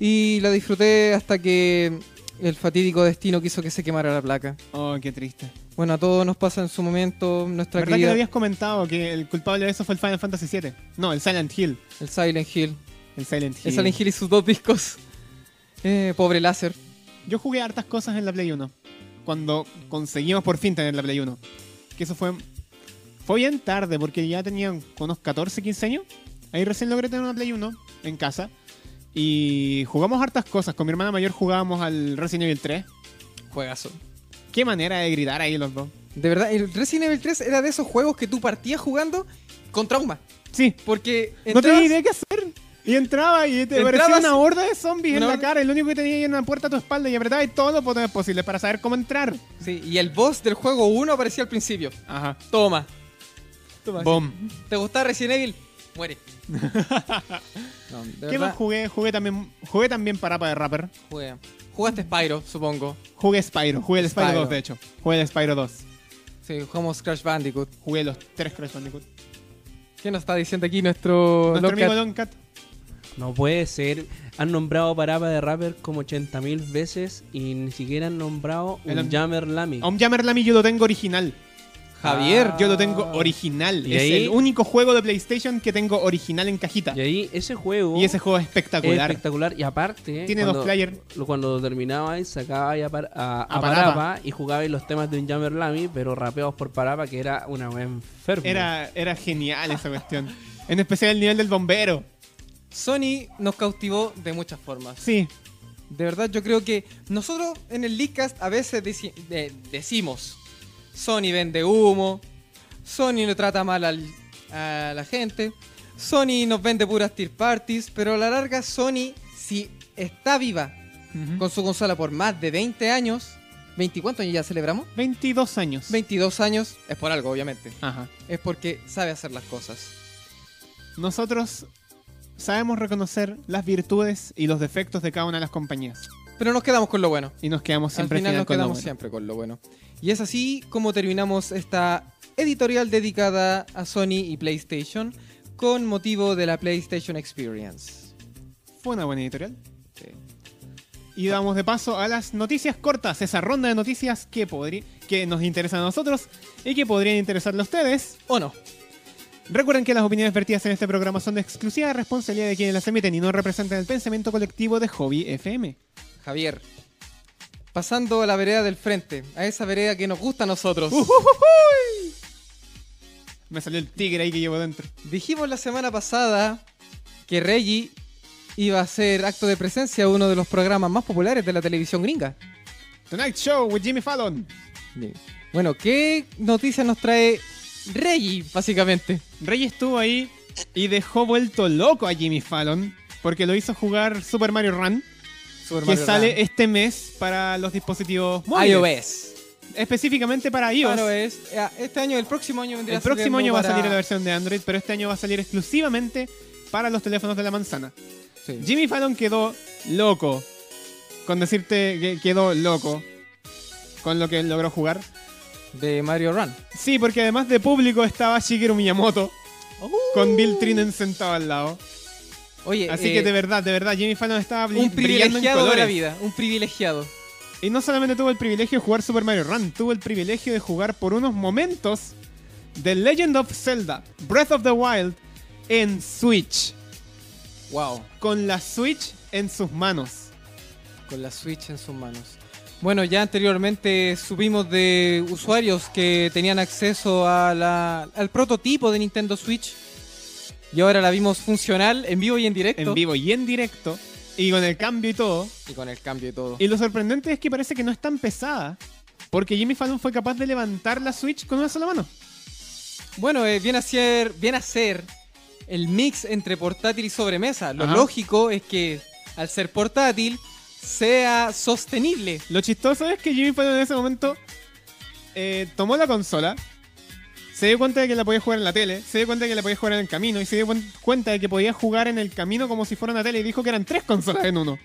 Y la disfruté hasta que el fatídico destino quiso que se quemara la placa. Oh, qué triste. Bueno, a todos nos pasa en su momento nuestra ¿Verdad que lo querida- habías comentado que el culpable de eso fue el Final Fantasy VII? No, el Silent Hill. El Silent Hill. El Silent Hill. El Silent Hill y sus dos discos. Eh, pobre láser. Yo jugué hartas cosas en la Play 1. Cuando conseguimos por fin tener la Play 1. Que eso fue. Fue bien tarde, porque ya tenían unos 14, 15 años. Ahí recién logré tener una Play 1 en casa. Y jugamos hartas cosas. Con mi hermana mayor jugábamos al Resident Evil 3. Juegazo. Qué manera de gritar ahí los dos. De verdad, el Resident Evil 3 era de esos juegos que tú partías jugando con trauma. Sí, Porque no tenía entrabas- idea qué hacer. Y entraba y te Entrabas- parecía una horda de zombies Una en la horda- cara. Y lo único que tenía era una puerta a tu espalda. Y apretabas todos los botones posibles para saber cómo entrar. Sí, y el boss del juego 1 aparecía al principio. Ajá. Toma. Bom. ¿Te gustaba Resident Evil? [LAUGHS] Muere. No, de ¿Qué más verdad, jugué? Jugué también, jugué también Parapa de Rapper. jugué? Jugaste Spyro, supongo. Jugué Spyro. Jugué el Spyro, Spyro. 2, de hecho. Jugué el Spyro 2. Sí, jugamos Crash Bandicoot. Jugué los tres Crash Bandicoot. ¿Qué nos está diciendo aquí nuestro, Nuestro Longcat? amigo Longcat. No puede ser. Han nombrado Parapa de Rapper como 80.000 veces y ni siquiera han nombrado El un am- Jammer Lamy. A un Jammer Lamy yo lo tengo original. Javier. Yo lo tengo original. ¿Y es ahí? el único juego de PlayStation que tengo original en cajita. Y ahí ese juego Y ese juego es es espectacular. espectacular. Y aparte, Tiene cuando, dos players. lo- cuando terminabais, sacabais a, par- a- a A Parapa. Parapa. y jugabais los temas de un Jammer Lamy, pero rapeados por Parapa, que era una wea enferma. Era, era genial esa cuestión. En especial el nivel del bombero. Sony nos cautivó de muchas formas. Sí. De verdad, yo creo que nosotros en el Leadcast a veces deci- de- decimos: Sony vende humo, Sony no trata mal al- a la gente, Sony nos vende puras tier parties, pero a la larga, Sony, si está viva con su consola por más de 20 años, ¿20 cuántos años ya celebramos? 22 años. 22 años, es por algo, obviamente. Ajá. Es porque sabe hacer las cosas. Nosotros sabemos reconocer las virtudes y los defectos de cada una de las compañías. Pero nos quedamos con lo bueno. Y nos quedamos siempre Al final nos con lo quedamos bueno. siempre con lo bueno. Y es así como terminamos esta editorial dedicada a Sony y PlayStation con motivo de la PlayStation Experience. Fue una buena editorial. Sí. Y damos de paso a las noticias cortas, esa ronda de noticias que, podri- que nos interesan a nosotros y que podrían interesarle a ustedes. ¿O no? Recuerden que las opiniones vertidas en este programa son de exclusiva responsabilidad de quienes las emiten y no representan el pensamiento colectivo de Hobby FM. Javier. Pasando a la vereda del frente, a esa vereda que nos gusta a nosotros. Uh-huh. Me salió el tigre ahí que llevo dentro. Dijimos la semana pasada que Reggie iba a ser acto de presencia a uno de los programas más populares de la televisión gringa. Tonight Show with Jimmy Fallon. Bueno, ¿qué noticias nos trae Reggie, básicamente? Rey estuvo ahí y dejó vuelto loco a Jimmy Fallon porque lo hizo jugar Super Mario Run, que sale este mes para los dispositivos móviles. iOS. Específicamente para iOS. Claro, es. eh, Este año, el próximo año vendría El a ser próximo como año va a para- salir la versión de Android, pero este año va a salir exclusivamente para los teléfonos de la manzana. Sí. Jimmy Fallon quedó loco. Con decirte que quedó loco con lo que logró jugar. De Mario Run. Sí, porque además de público estaba Shigeru Miyamoto con Bill Trinen sentado al lado. Oye, Así Oh. eh, que de verdad, de verdad, Jimmy Fallon estaba bri- brillando en un privilegiado de la colores. vida. Un privilegiado. Y no solamente tuvo el privilegio de jugar Super Mario Run, tuvo el privilegio de jugar por unos momentos The Legend of Zelda, Breath of the Wild, en Switch. Wow. Con la Switch en sus manos. Con la Switch en sus manos. Bueno, ya anteriormente supimos de usuarios que tenían acceso a la- al prototipo de Nintendo Switch. Y ahora la vimos funcional en vivo y en directo. En vivo y en directo. Y con el cambio y todo. Y con el cambio y todo. Y lo sorprendente es que parece que no es tan pesada. Porque Jimmy Fallon fue capaz de levantar la Switch con una sola mano. Bueno, eh, viene, a ser, viene a ser el mix entre portátil y sobremesa. Lo Ajá. lógico es que al ser portátil sea sostenible. Lo chistoso es que Jimmy Fallon en ese momento eh, tomó la consola, se dio cuenta de que la podía jugar en la tele, se dio cuenta de que la podía jugar en el camino y se dio cuen- cuenta de que podía jugar en el camino como si fuera una tele y dijo que eran tres consolas en uno.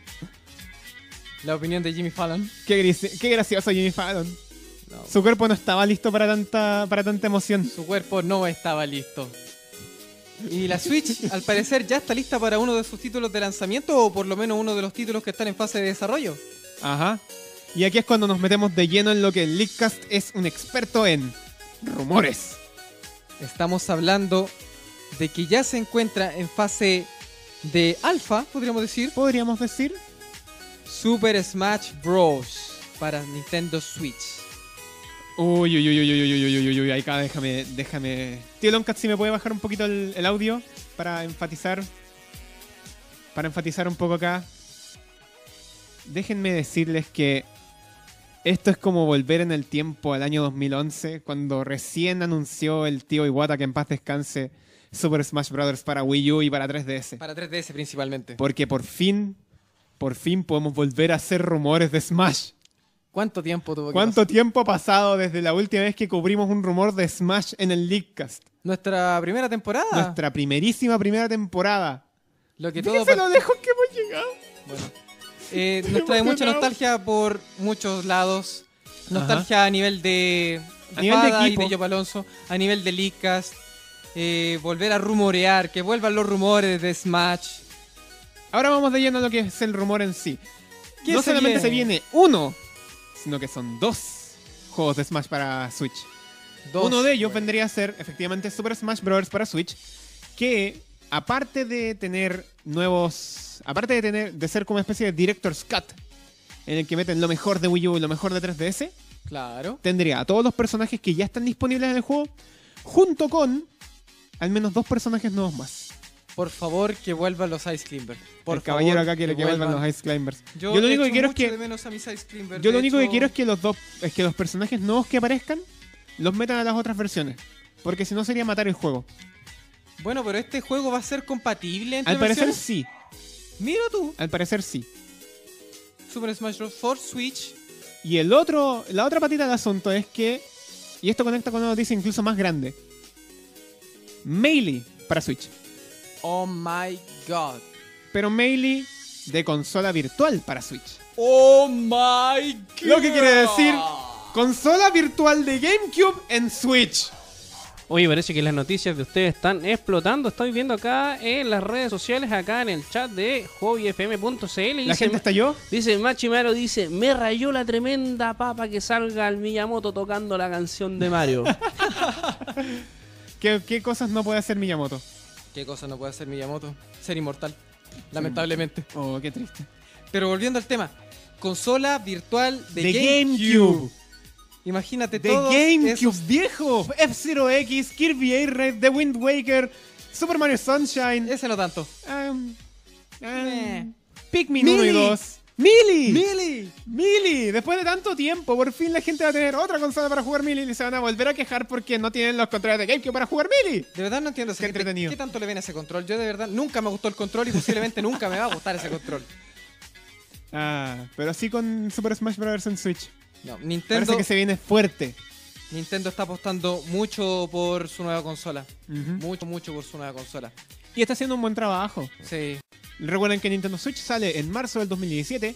La opinión de Jimmy Fallon. Qué, gris- qué gracioso Jimmy Fallon. No, Su cuerpo no estaba listo para tanta, para tanta emoción. su cuerpo no estaba listo. Y la Switch, al parecer, ya está lista para uno de sus títulos de lanzamiento o por lo menos uno de los títulos que están en fase de desarrollo. Ajá. Y aquí es cuando nos metemos de lleno en lo que el Leakcast es un experto en rumores. Estamos hablando de que ya se encuentra en fase de alfa, podríamos decir, Podríamos decir Super Smash Bros. para Nintendo Switch. Uy, uy, uy, uy, uy, uy, uy, uy, uy, uy, ahí acá déjame, déjame. Tío Longcat, si me puede bajar un poquito el, el audio para enfatizar. Para enfatizar un poco acá. Déjenme decirles que esto es como volver en el tiempo al año 2011, cuando recién anunció el tío Iwata que en paz descanse Super Smash Bros. para Wii U y para 3DS. Para 3DS principalmente. Porque por fin, por fin podemos volver a hacer rumores de Smash. ¿Cuánto tiempo tuvo que ¿Cuánto pasar? tiempo ha pasado desde la última vez que cubrimos un rumor de Smash en el Leakcast? Nuestra primera temporada. Nuestra primerísima primera temporada. Lo Ah. que todo Fíjense par- lo lejos que hemos llegado. bueno. Eh, nos trae mucha emocionado. nostalgia por muchos lados. Nostalgia a nivel de A nivel de Espada y equipo. de Yopa Alonso, a nivel de Licas, eh, volver a rumorear, que vuelvan los rumores de Smash. Ahora vamos de lleno a lo que es el rumor en sí. ¿Qué No se solamente viene? se viene uno, sino que son dos juegos de Smash para Switch. Dos, Uno de ellos bueno. vendría a ser efectivamente Super Smash Bros. para Switch, que aparte de tener nuevos, aparte de tener de ser como una especie de director's cut en el que meten lo mejor de Wii U y lo mejor de 3DS, Claro. tendría a todos los personajes que ya están disponibles en el juego, junto con al menos dos personajes nuevos más. Por favor, que vuelvan los Ice Climber. Por el caballero favor, acá quiere que vuelvan los Ice Climbers. Yo, lo he único que hecho quiero es mucho de que menos a mis Ice Climbers, yo lo de único que hecho- quiero es que los dos es que los personajes nuevos que aparezcan los metan a las otras versiones, porque si no sería matar el juego. Bueno, pero este juego va a ser compatible entre Al parecer sí, versiones. Mira tú, al parecer sí. Super Smash Bros. for Switch. Y el otro, la otra patita del asunto es que y esto conecta con una noticia incluso más grande. Melee para Switch, Oh my god. pero Melee de consola virtual para Switch. Oh my god. Lo que quiere decir consola virtual de GameCube en Switch. Oye, parece que las noticias de ustedes están explotando. Estoy viendo acá en las redes sociales, acá en el chat de hobbyfm.cl. y La dice- gente estalló. Dice Machi Maro, dice, me rayó la tremenda papa que salga al Miyamoto tocando la canción de Mario. ¿Qué, qué cosas no puede hacer Miyamoto? ¿Qué cosa no puede hacer Miyamoto? Ser inmortal. Lamentablemente. Oh, qué triste. Pero volviendo al tema. Consola virtual de, De GameCube. GameCube. Imagínate De todos GameCube, esos- viejo. F-Zero X, Kirby Air Raid, The Wind Waker, Super Mario Sunshine, Ese no tanto. um, um, Meh. Pikmin 1 y Eh. Mili. 2. ¡Mili! ¡Mili! ¡Mili! Después de tanto tiempo, por fin la gente va a tener otra consola para jugar Mili y se van a volver a quejar porque no tienen los controles de GameCube para jugar Mili. De verdad no entiendo esa Qué gente, entretenido. ¿Qué tanto le ven a ese control? Yo de verdad nunca me gustó el control y posiblemente nunca me va a gustar ese control. Ah, pero sí con Super Smash Bros. en Switch. No, Parece Nintendo, que se viene fuerte. Nintendo está apostando mucho por su nueva consola. Ujú. Mucho, mucho por su nueva consola. Y está haciendo un buen trabajo. Sí. Recuerden que Nintendo Switch sale en marzo del 2017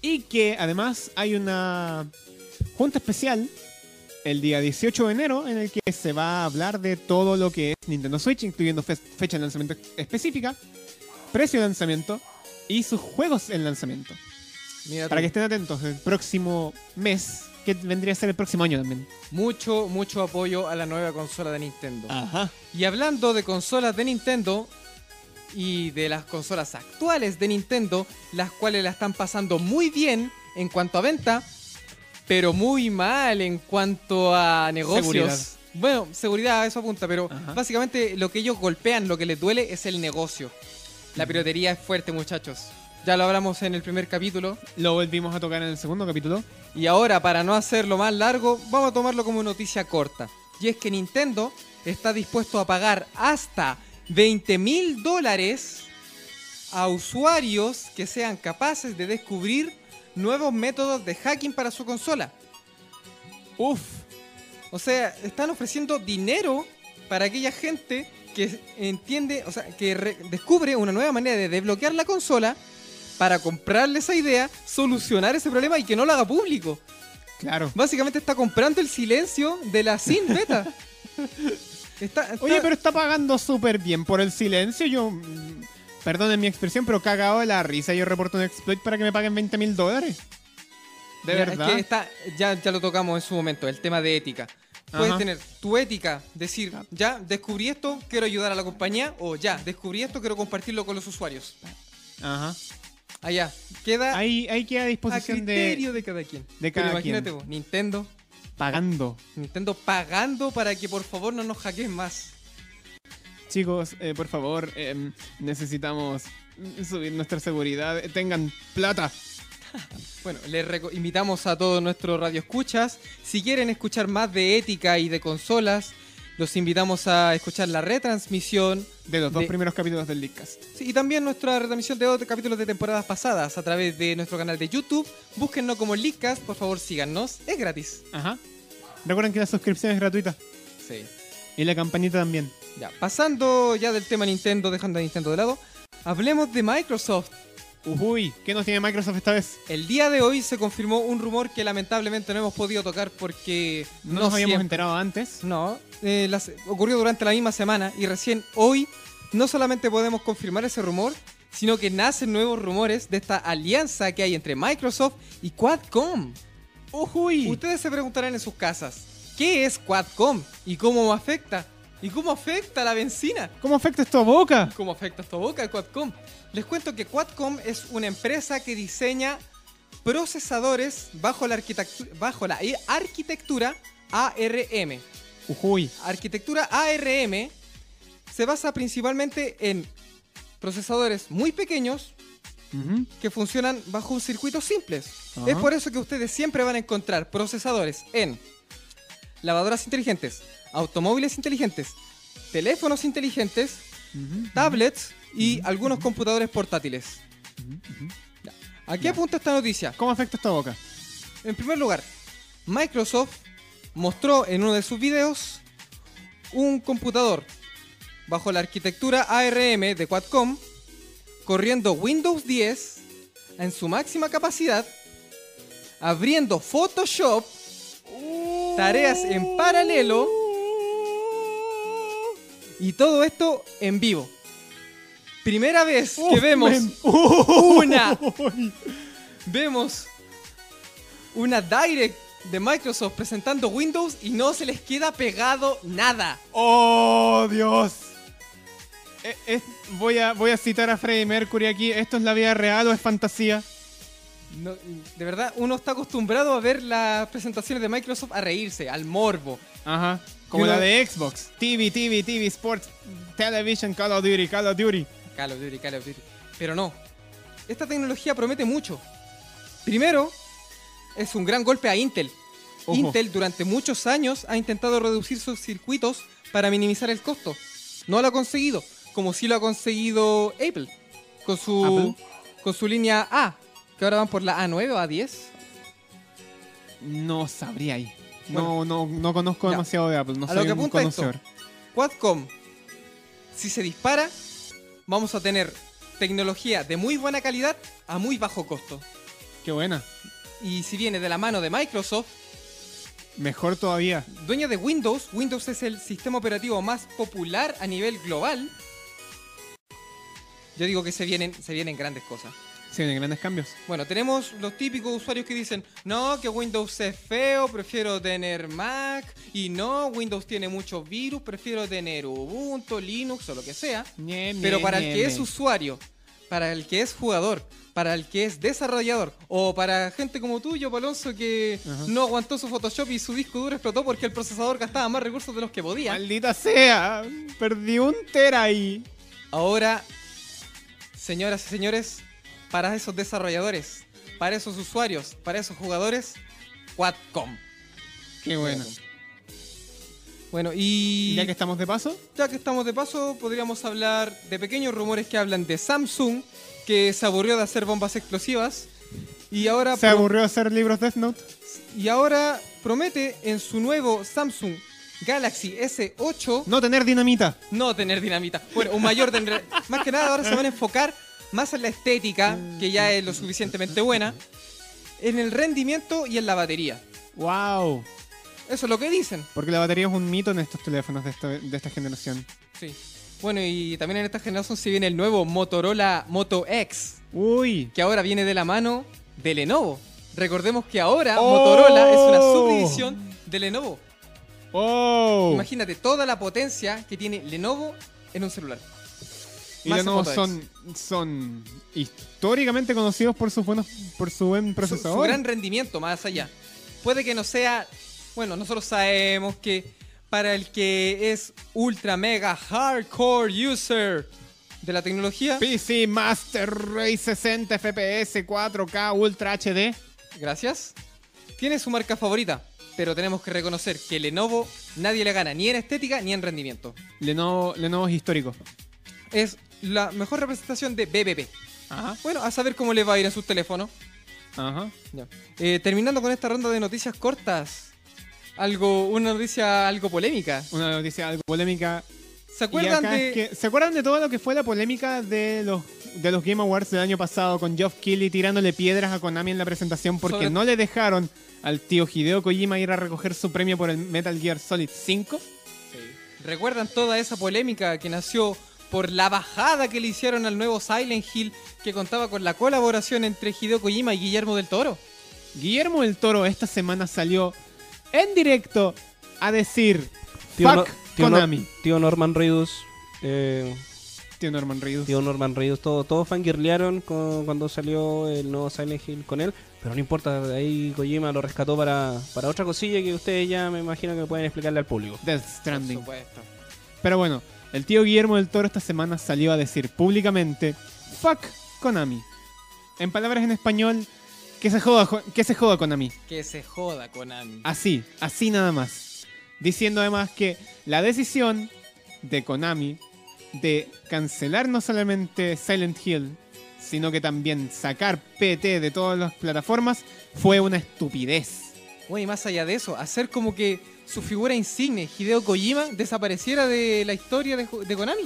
y que además hay una junta especial el día 18 de enero en el que se va a hablar de todo lo que es Nintendo Switch, incluyendo fe- fecha de lanzamiento específica, precio de lanzamiento y sus juegos en lanzamiento. Mira Para tú. que estén atentos el próximo mes, que vendría a ser el próximo año también. Mucho, mucho apoyo a la nueva consola de Nintendo. Ajá. Y hablando de consolas de Nintendo y de las consolas actuales de Nintendo, las cuales la están pasando muy bien en cuanto a venta, pero muy mal en cuanto a negocios. Seguridad. Bueno, seguridad, a eso apunta, pero Ajá. básicamente lo que ellos golpean, lo que les duele es el negocio. Mm. La piratería es fuerte, muchachos. Ya lo hablamos en el primer capítulo. Lo volvimos a tocar en el segundo capítulo. Y ahora, para no hacerlo más largo, vamos a tomarlo como noticia corta. Y es que Nintendo está dispuesto a pagar hasta 20 mil dólares a usuarios que sean capaces de descubrir nuevos métodos de hacking para su consola. Uf. O sea, están ofreciendo dinero para aquella gente que entiende, o sea, que re- descubre una nueva manera de desbloquear la consola para comprarle esa idea, solucionar ese problema y que no lo haga público. Claro. Básicamente está comprando el silencio de la sin [LAUGHS] beta. Está- está- Oye, pero está pagando súper bien por el silencio. Yo, mm, perdonen mi expresión, pero cagado de la risa. Yo reporto un exploit para que me paguen 20 mil dólares. De Ya, verdad. es que está- ya, ya lo tocamos en su momento, el tema de ética. Puedes Ajá. tener tu ética, decir, ya descubrí esto, quiero ayudar a la compañía, o ya descubrí esto, quiero compartirlo con los usuarios. Ajá. Allá, queda Ahí, ahí queda a a disposición criterio de de, cada quien. de Pero cada imagínate quien. vos, Nintendo, pagando. Nintendo pagando para que por favor no nos hackeen más. Chicos, eh, por favor, em, necesitamos mm, subir nuestra seguridad. Eh, Tengan plata. Bueno, les reco- invitamos a todos nuestros radioescuchas. Si quieren escuchar más de ética y de consolas, los invitamos a escuchar la retransmisión De los De- dos primeros capítulos del Leadcast. sí, y también nuestra retransmisión de otros capítulos de temporadas pasadas a través de nuestro canal de YouTube. Búsquennos como Leakcast, por favor síganos, es gratis. Ajá. Recuerden que la suscripción es gratuita. Sí. Y la campanita también. Ya, pasando ya del tema Nintendo, dejando a Nintendo de lado, hablemos de Microsoft. Uy, ¿qué nos tiene Microsoft esta vez? El día de hoy se confirmó un rumor que lamentablemente no hemos podido tocar porque No, nos habíamos siempre- enterado antes. No, eh, las- ocurrió durante la misma semana y recién hoy no solamente podemos confirmar ese rumor, sino que nacen nuevos rumores de esta alianza que hay entre Microsoft y Quadcom. Uy. Ustedes se preguntarán en sus casas, ¿qué es Quadcom y cómo afecta? ¿Y cómo afecta la benzina? ¿Cómo afecta esto a Boca? ¿Cómo afecta esta boca el Quadcom? Les cuento que Quadcom es una empresa que diseña procesadores bajo la, arquitectu- bajo la eh, arquitectura ARM. Uy. Arquitectura ARM se basa principalmente en procesadores muy pequeños que funcionan bajo un circuito simples. Ajá. Es por eso que ustedes siempre van a encontrar procesadores en lavadoras inteligentes, automóviles inteligentes, teléfonos inteligentes, tablets y algunos computadores portátiles. Ya. ¿A qué Ya. apunta esta noticia? ¿Cómo afecta esto a Boca? En primer lugar, Microsoft mostró en uno de sus videos un computador bajo la arquitectura ARM de Quadcom corriendo Windows 10 en su máxima capacidad, abriendo Photoshop, tareas en paralelo y todo esto en vivo. Primera vez que Uf, vemos men. una vemos una direct de Microsoft presentando Windows y no se les queda pegado nada. ¡Oh, Dios! Eh, es- voy, a, voy a citar a Freddie Mercury aquí. ¿Esto es la vida real o es fantasía? No, de verdad, uno está acostumbrado a ver las presentaciones de Microsoft a reírse, al morbo. Ajá. Como Yo- la de Xbox. TV, TV, TV, Sports, Television, Call of Duty, Call of Duty. Call of Duty, Call of Duty. Pero no, esta tecnología promete mucho. Primero, es un gran golpe a Intel. Ojo. Intel durante muchos años ha intentado reducir sus circuitos para minimizar el costo. No lo ha conseguido, como sí lo ha conseguido Apple con su con su línea A, que ahora van por la A9 o A10. No sabría ahí. no, no, no conozco Ya. demasiado de Apple. No A soy lo que un apunta esto. conocedor. Quadcom, si se dispara, vamos a tener tecnología de muy buena calidad a muy bajo costo. Qué buena. Y si viene de la mano de Microsoft, Mejor todavía. dueña de Windows, Windows es el sistema operativo más popular a nivel global. Yo digo que se vienen, se vienen grandes cosas. Se vienen grandes cambios. Bueno, tenemos los típicos usuarios que dicen, no, que Windows es feo, prefiero tener Mac, y no, Windows tiene muchos virus, prefiero tener Ubuntu, Linux o lo que sea. Pero para el que es usuario para el que es jugador, para el que es desarrollador, o para gente como tú, yo, Alonso, que no aguantó su Photoshop y su disco duro explotó porque el procesador gastaba más recursos de los que podía. Maldita sea, perdí un tera ahí. Ahora, señoras y señores, para esos desarrolladores, para esos usuarios, para esos jugadores, Quadcom. Qué bueno. Bueno, y Ya que estamos de paso, ya que estamos de paso, podríamos hablar de pequeños rumores que hablan de Samsung, que se aburrió de hacer bombas explosivas y ahora, se pro- aburrió de hacer libros Death Note. y ahora promete en su nuevo Samsung Galaxy S8 No tener dinamita. no tener dinamita. Bueno, un mayor tendrá... Más que nada ahora se van a enfocar más en la estética, que ya es lo suficientemente buena, en el rendimiento y en la batería. Wow. Eso es lo que dicen. Porque la batería es un mito en estos teléfonos de esta, de esta generación. Sí. Bueno, y también en esta generación se viene el nuevo Motorola Moto X, Uy. que ahora viene de la mano de Lenovo. Recordemos que ahora ¡Oh! Motorola es una subdivisión de Lenovo. Oh. Imagínate toda la potencia que tiene Lenovo en un celular. Y Más de nuevo Moto X. son, son históricamente conocidos por sus buenos, por su buen su- procesador. Su, gran rendimiento más allá. Puede que no sea. Bueno, nosotros sabemos que para el que es ultra mega hardcore user de la tecnología. PC Master Race 60 FPS 4K Ultra HD. Gracias. Tiene su marca favorita. Pero tenemos que reconocer que Lenovo nadie le gana ni en estética ni en rendimiento. Lenovo, Lenovo es histórico. Es la mejor representación de BBB. Bueno, a saber cómo le va a ir en sus teléfonos. Ajá. Ya. Eh, terminando con esta ronda de noticias cortas. Algo, una noticia algo polémica. Una noticia algo polémica. Y ¿Se acuerdan acá de.? es que- ¿Se acuerdan de todo lo que fue la polémica de los, de los Game Awards del año pasado con Geoff Keighley tirándole piedras a Konami en la presentación porque Sobre- no le dejaron al tío Hideo Kojima ir a recoger su premio por el Metal Gear Solid 5? ¿Recuerdan toda esa polémica que nació por la bajada que le hicieron al nuevo Silent Hill que contaba con la colaboración entre Hideo Kojima y Guillermo del Toro? Guillermo del Toro esta semana salió en directo a decir Tío, Fuck No- tío, No- Konami. [LAUGHS] tío Norman Reedus. eh, Tío Norman Reedus. tío Norman Reedus. Todos todo fangirlearon con- cuando salió el nuevo Silent Hill con él. Pero no importa, de ahí Kojima lo rescató para, para otra cosilla que ustedes ya me imagino que pueden explicarle al público. Death Stranding. supuesto. Pero bueno, el tío Guillermo del Toro esta semana salió a decir públicamente Fuck Konami. En palabras en español, que se joda, jo- que se joda Konami. Que se joda Konami. Así, así nada más. Diciendo además que la decisión de Konami de cancelar no solamente Silent Hill, sino que también sacar PT de todas las plataformas fue una estupidez. Bueno, y más allá de eso, hacer como que su figura insigne, Hideo Kojima, desapareciera de la historia de, de Konami.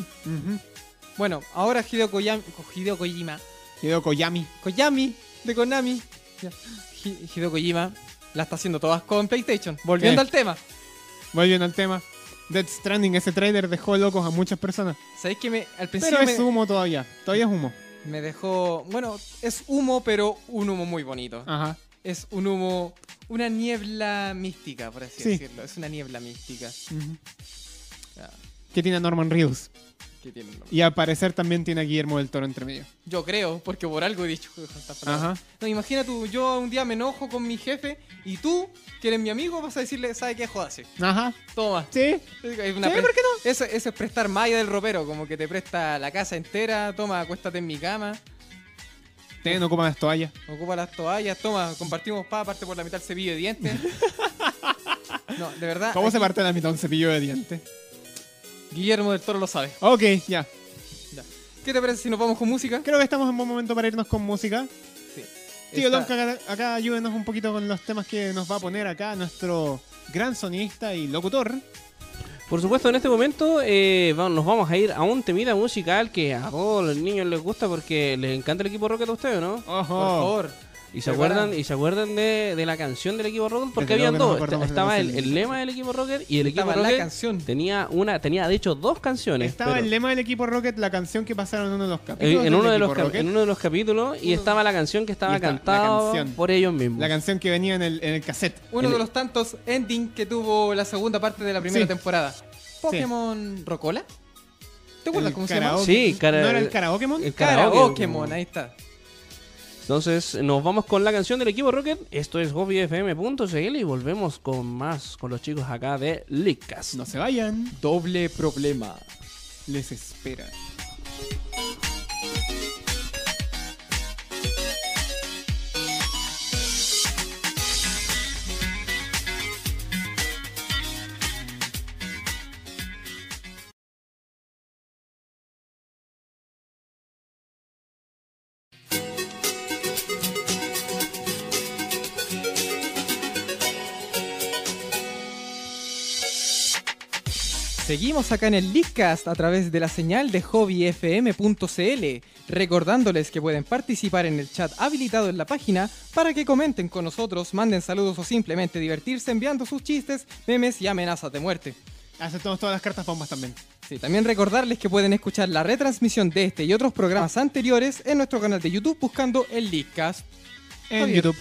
Bueno, ahora Hideo Koyam- Hideo Kojima Hideo Koyami. Koyami de Konami. Ya. Hi- Hideo Kojima la está haciendo todas con PlayStation. Volviendo Eh. al tema. Volviendo al tema. Death Stranding, ese tráiler dejó locos a muchas personas. ¿Sabéis que me, al principio Pero me, es humo todavía. Todavía es humo. me dejó... Bueno, es humo, pero un humo muy bonito. Ajá. Es un humo... Una niebla mística, por así Sí. decirlo. Es una niebla mística. Ya, Que tiene a Norman Reedus. que tiene el nombre. Y al parecer también tiene a Guillermo del Toro entre medio. Yo creo, porque por algo he dicho [LAUGHS] estas palabras. Ajá. No, imagina tú, yo un día me enojo con mi jefe y tú, que eres mi amigo, vas a decirle, ¿sabe qué? Jodase. Ajá. Toma. Sí. Es una Sí, pre- ¿por qué Eso, eso es prestar malla del ropero, como que te presta la casa entera, toma, acuéstate en mi cama, Ten, ocupa las toallas. ocupa las toallas, toma, compartimos pa, aparte por la mitad el cepillo de [LAUGHS] dientes. No, de verdad, ¿Cómo se aquí parte la mitad un cepillo de dientes? Guillermo del Toro lo sabe. Ok, ya. ¿Qué te parece si nos vamos con música? Creo que estamos en buen momento para irnos con música. Sí. Tío Esta- Lonca, acá, acá ayúdenos un poquito con los temas que nos va a poner acá nuestro gran sonidista y locutor. Por supuesto, en este momento eh, va- nos vamos a ir a un temida musical que a todos los niños les gusta porque les encanta el equipo Rocket a ustedes, ¿no? Ojo. Por favor. Y se Prepara. acuerdan, y se acuerdan de, de la canción del equipo Rocket porque Desde luego habían que nos dos. acordamos de la Estaba el, canción. el lema del equipo Rocket y el equipo Estaba la Rocket canción. tenía una, tenía de hecho dos canciones. Estaba pero- el lema del equipo Rocket, la canción que pasaron en uno de los eh, capítulos. en del uno de equipo los cap- Rocket. en uno de los capítulos y estaba la canción Y que estaba está la cantada canción. por ellos mismos. La canción que venía en el, en el cassette. Uno el- de los tantos endings que tuvo la segunda parte de la primera Sí. temporada. Pokémon Rocola. ¿Te acuerdas El cómo se llama? karaoke. Sí, cara- ¿No era el Karaokemon? el Karaoke, karaoke. mon, ahí está. Entonces, nos vamos con la canción del equipo Rocket. Esto es hobbyfm.cl y volvemos con más con los chicos acá de Leakcast. No se vayan, Doble problema. les espera. Seguimos acá en el Leadcast a través de la señal de hobbyfm.cl, recordándoles que pueden participar en el chat habilitado en la página para que comenten con nosotros, manden saludos o simplemente divertirse enviando sus chistes, memes y amenazas de muerte. Aceptamos todas las cartas bombas también. Sí, también recordarles que pueden escuchar la retransmisión de este y otros programas anteriores en nuestro canal de YouTube buscando el Leadcast. en Oye. YouTube.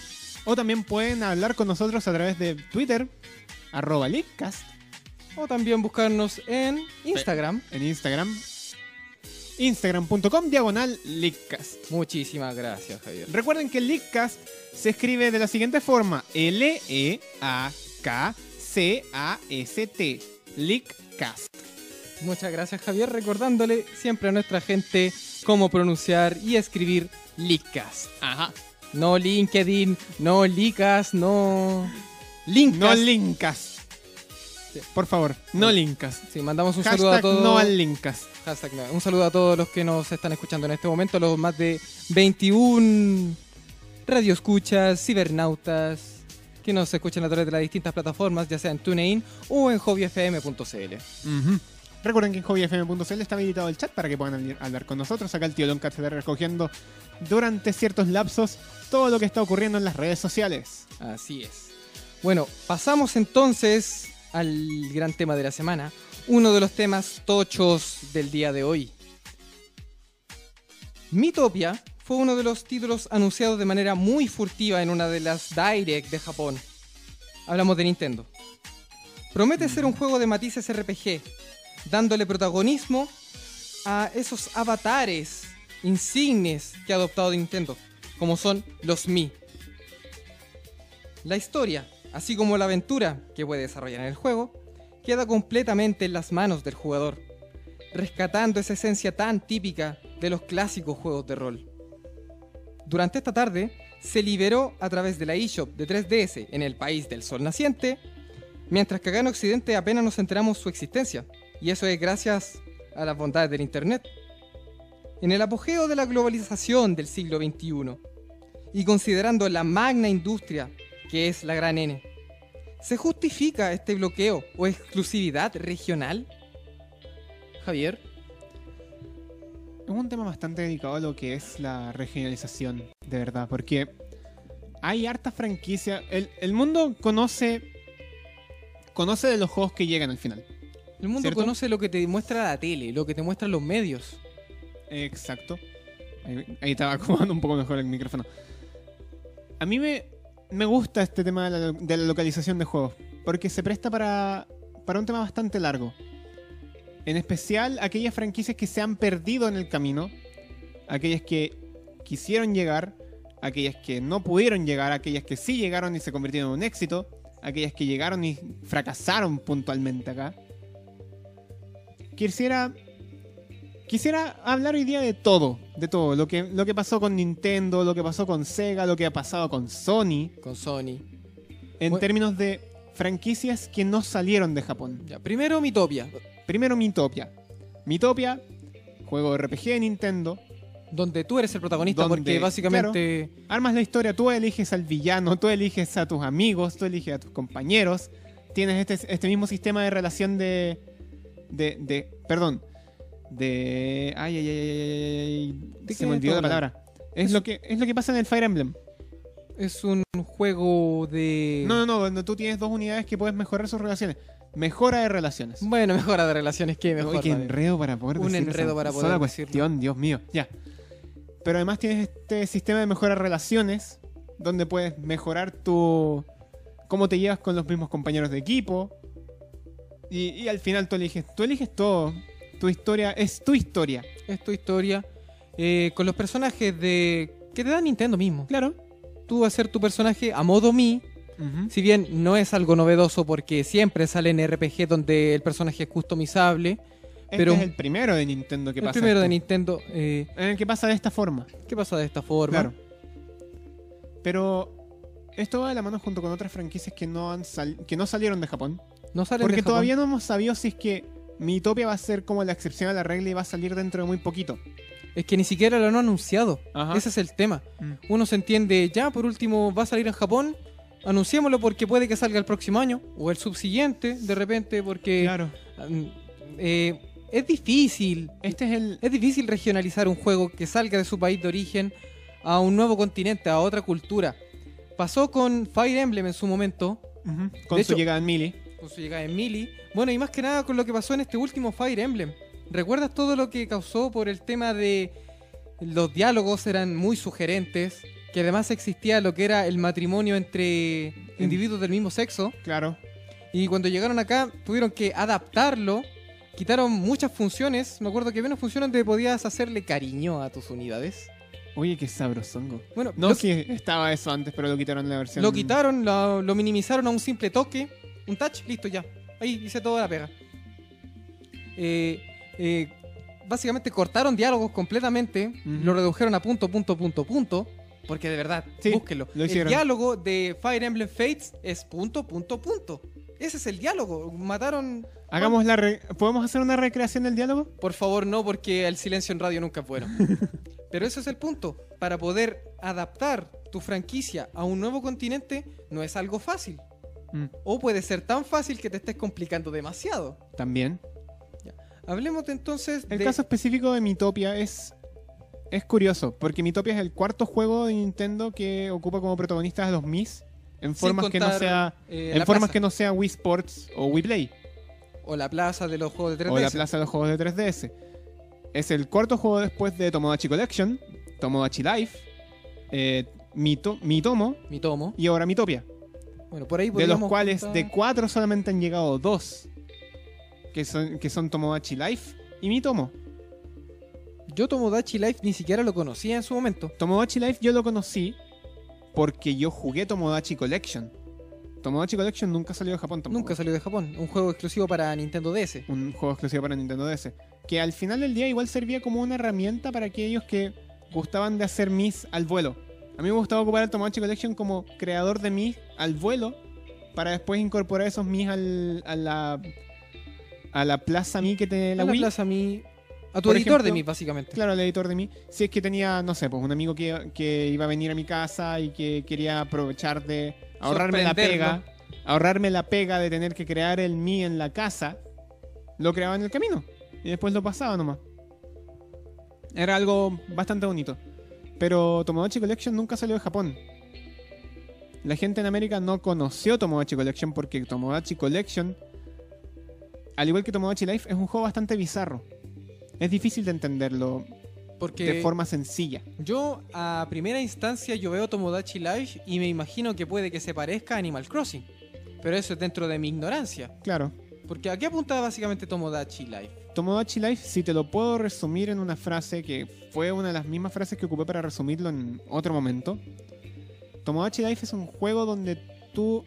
O también pueden hablar con nosotros a través de Twitter, arroba Leakcast, O también buscarnos en Instagram. en Instagram, instagram.com diagonal Leakcast. Muchísimas gracias, Javier. Recuerden que Leakcast se escribe de la siguiente forma: E L-E-A-K-C-A-S-T. Leakcast. Muchas gracias, Javier, recordándole siempre a nuestra gente cómo pronunciar y escribir Leadcast. Ajá. No LinkedIn, no Licas, no. Lincas. No Linkcast. Por favor, no Linkcast. Sí, mandamos un saludo a Hashtag todos. no al Linkcast. Hashtag no. Un saludo a todos los que nos están escuchando en este momento, los más de 21 radioescuchas, cibernautas, que nos escuchan a través de las distintas plataformas, ya sea en TuneIn o en hobbyfm.cl. Ujú. Recuerden que en hobbyfm.cl está habilitado el chat para que puedan habl- hablar con nosotros. Acá el tío Loncat se está recogiendo durante ciertos lapsos todo lo que está ocurriendo en las redes sociales. Así es. Bueno, pasamos entonces al gran tema de la semana, uno de los temas tochos del día de hoy. Mitopia fue uno de los títulos anunciados de manera muy furtiva en una de las Direct de Japón. Hablamos de Nintendo. Promete ser un juego de matices RPG, dándole protagonismo a esos avatares insignes que ha adoptado Nintendo, como son los Mi. La historia, así como la aventura que puede desarrollar en el juego, queda completamente en las manos del jugador, rescatando esa esencia tan típica de los clásicos juegos de rol. Durante esta tarde, se liberó a través de la eShop de 3DS en el país del sol naciente, mientras que acá en Occidente apenas nos enteramos su existencia, y eso es gracias a las bondades del Internet. En el apogeo de la globalización del siglo XXI, y considerando la magna industria que es la Gran N. ¿Se justifica este bloqueo o exclusividad regional? Javier. Es un tema bastante dedicado a lo que es la regionalización, de verdad, porque hay harta franquicia. El, el mundo conoce conoce de los juegos que llegan al final. El mundo ¿Cierto? conoce lo que te muestra la tele, lo que te muestran los medios. Exacto. Ahí, ahí estaba [LAUGHS] acomodando un poco mejor el micrófono. A mí me, me gusta este tema de la, de la localización de juegos, porque se presta para, para un tema bastante largo. En especial aquellas franquicias que se han perdido en el camino, aquellas que quisieron llegar, aquellas que no pudieron llegar, aquellas que sí llegaron y se convirtieron en un éxito, aquellas que llegaron y fracasaron puntualmente acá. Quisiera Quisiera hablar hoy día de todo, de todo, lo que, lo que pasó con Nintendo, lo que pasó con Sega, lo que ha pasado con Sony, Con Sony. en Bueno. términos de franquicias que no salieron de Japón. Ya, primero Mitopia, Primero Mitopia. Mitopia, juego RPG de Nintendo, donde tú eres el protagonista Donde, porque básicamente armas la historia, tú eliges al villano, tú eliges a tus amigos, tú eliges a tus compañeros, tienes este, este mismo sistema de relación de... de, de perdón, de... Ay, ay, ay, ay, ay, ay, ¿De se qué me olvidó la estamos palabra. Es lo, que, es lo que pasa en el Fire Emblem. es un juego de... No, no, no, cuando tú tienes dos unidades que puedes mejorar sus relaciones. Mejora de relaciones. Bueno, mejora de relaciones que mejor. Uy, qué vale. enredo para poder Un decir esa enredo para sola poder cuestión, decirlo. Dios mío. Ya. Pero además tienes este sistema de mejora de relaciones, donde puedes mejorar tu. cómo te llevas con los mismos compañeros de equipo. Y, y al final tú eliges. Tú eliges todo. Tu historia es tu historia. Es tu historia. eh, con los personajes de. que te da Nintendo mismo. Claro. Tú vas a ser tu personaje a modo mí. Si bien no es algo novedoso porque siempre salen RPG donde el personaje es customizable. Este pero- es el primero de Nintendo que el pasa. primero de esto. Nintendo. eh, En el que pasa de esta forma. ¿Qué pasa de esta forma? Claro. Pero esto va de la mano junto con otras franquicias que no, han sal- que no salieron de Japón. No salen Porque de Japón. todavía no hemos sabido si es que Mitopia va a ser como la excepción a la regla y va a salir dentro de muy poquito. Es que ni siquiera lo han anunciado. Ajá. Ese es el tema. Mm. Uno se entiende, ya por último va a salir en Japón. Anunciémoslo porque puede que salga el próximo año o el subsiguiente, de repente, porque Claro. mm, eh, es difícil. Este es el. Es difícil regionalizar un juego que salga de su país de origen a un nuevo continente, a otra cultura. Pasó con Fire Emblem en su momento, Ujú. Con De su hecho- llegada en Mili. con su llegada en Mili. Bueno, y más que nada con lo que pasó en este último Fire Emblem. ¿Recuerdas todo lo que causó por el tema de los diálogos eran muy sugerentes? Que además existía lo que era el matrimonio entre individuos del mismo sexo. Claro. Y cuando llegaron acá tuvieron que adaptarlo. Quitaron muchas funciones. Me acuerdo que había una función donde podías hacerle cariño a tus unidades. Oye, qué sabrosongo. Bueno, No, lo, sí, estaba eso antes, pero lo quitaron en la versión. lo quitaron, lo, lo minimizaron a un simple toque. Un touch, listo ya. Ahí hice toda la pega. Eh, eh, básicamente cortaron diálogos completamente. Ujú. Lo redujeron a punto, punto, punto, punto. Porque de verdad, Sí, búsquenlo. lo el hicieron. diálogo de Fire Emblem Fates es punto, punto, punto. Ese es el diálogo. Mataron Hagamos la re- ¿Podemos hacer una recreación del diálogo? Por favor, no, porque el silencio en radio nunca [LAUGHS] es bueno. Pero ese es el punto. Para poder adaptar tu franquicia a un nuevo continente no es algo fácil. Mm. O puede ser tan fácil que te estés complicando demasiado. También. Hablemos de, entonces El de- caso específico de Mitopia es. Es curioso, porque Mitopia es el cuarto juego de Nintendo que ocupa como protagonistas a los Mis en sin formas que no contar, sea. eh, En la formas plaza. que no sea Wii Sports o Wii Play. O la plaza de los juegos de 3 o la plaza de los juegos de 3DS. Es el cuarto juego después de Tomodachi Collection, Tomodachi Life, eh, Mito, Mitomo Mi tomo. y ahora Mitopia. Bueno, por ahí De los podríamos cuales contar- de cuatro solamente han llegado dos. Que son, que son Tomodachi Life y Mitomo. Yo Tomodachi Life ni siquiera lo conocía en su momento. Tomodachi Life yo lo conocí porque yo jugué Tomodachi Collection. Tomodachi Collection nunca salió de Japón tampoco. Nunca salió de Japón. Un juego exclusivo para Nintendo DS. un juego exclusivo para Nintendo DS. Que al final del día igual servía como una herramienta para aquellos que gustaban de hacer mis al vuelo. A mí me gustaba ocupar el Tomodachi Collection como creador de mis al vuelo para después incorporar esos mis al, a la a la plaza mi que te la A la Wii. plaza Mi- A tu Por editor de ejemplo- mí, básicamente. Claro, el editor de mí. Si es que tenía, no sé, pues un amigo que, que iba a venir a mi casa y que quería aprovechar de ahorrarme la pega. Sorprenderlo. Ahorrarme la pega de tener que crear el mí en la casa. Lo creaba en el camino. Y después lo pasaba nomás. Era algo bastante bonito. Pero Tomodachi Collection nunca salió de Japón. La gente en América no conoció Tomodachi Collection porque Tomodachi Collection, al igual que Tomodachi Life, es un juego bastante bizarro. Es difícil de entenderlo Porque de forma sencilla. Yo a primera instancia yo veo Tomodachi Life y me imagino que puede que se parezca a Animal Crossing. Pero eso es dentro de mi ignorancia. Claro. Porque aquí apuntaba básicamente Tomodachi Life. Tomodachi Life, si te lo puedo resumir en una frase que fue una de las mismas frases que ocupé para resumirlo en otro momento. Tomodachi Life es un juego donde tú,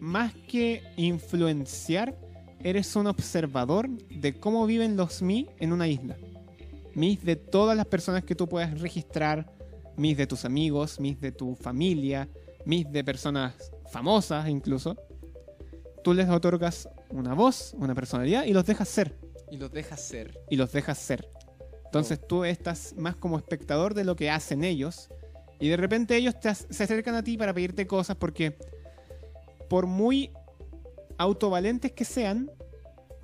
más que influenciar, eres un observador de cómo viven los Mi en una isla. Mis de todas las personas que tú puedas registrar, Mis de tus amigos, Mis de tu familia, Mis de personas famosas incluso. Tú les otorgas una voz, una personalidad y los dejas ser Y los deja ser. y los dejas ser. Entonces tú estás más como espectador de lo que hacen ellos y de repente ellos te ac- se acercan a ti para pedirte cosas porque por muy autovalentes que sean,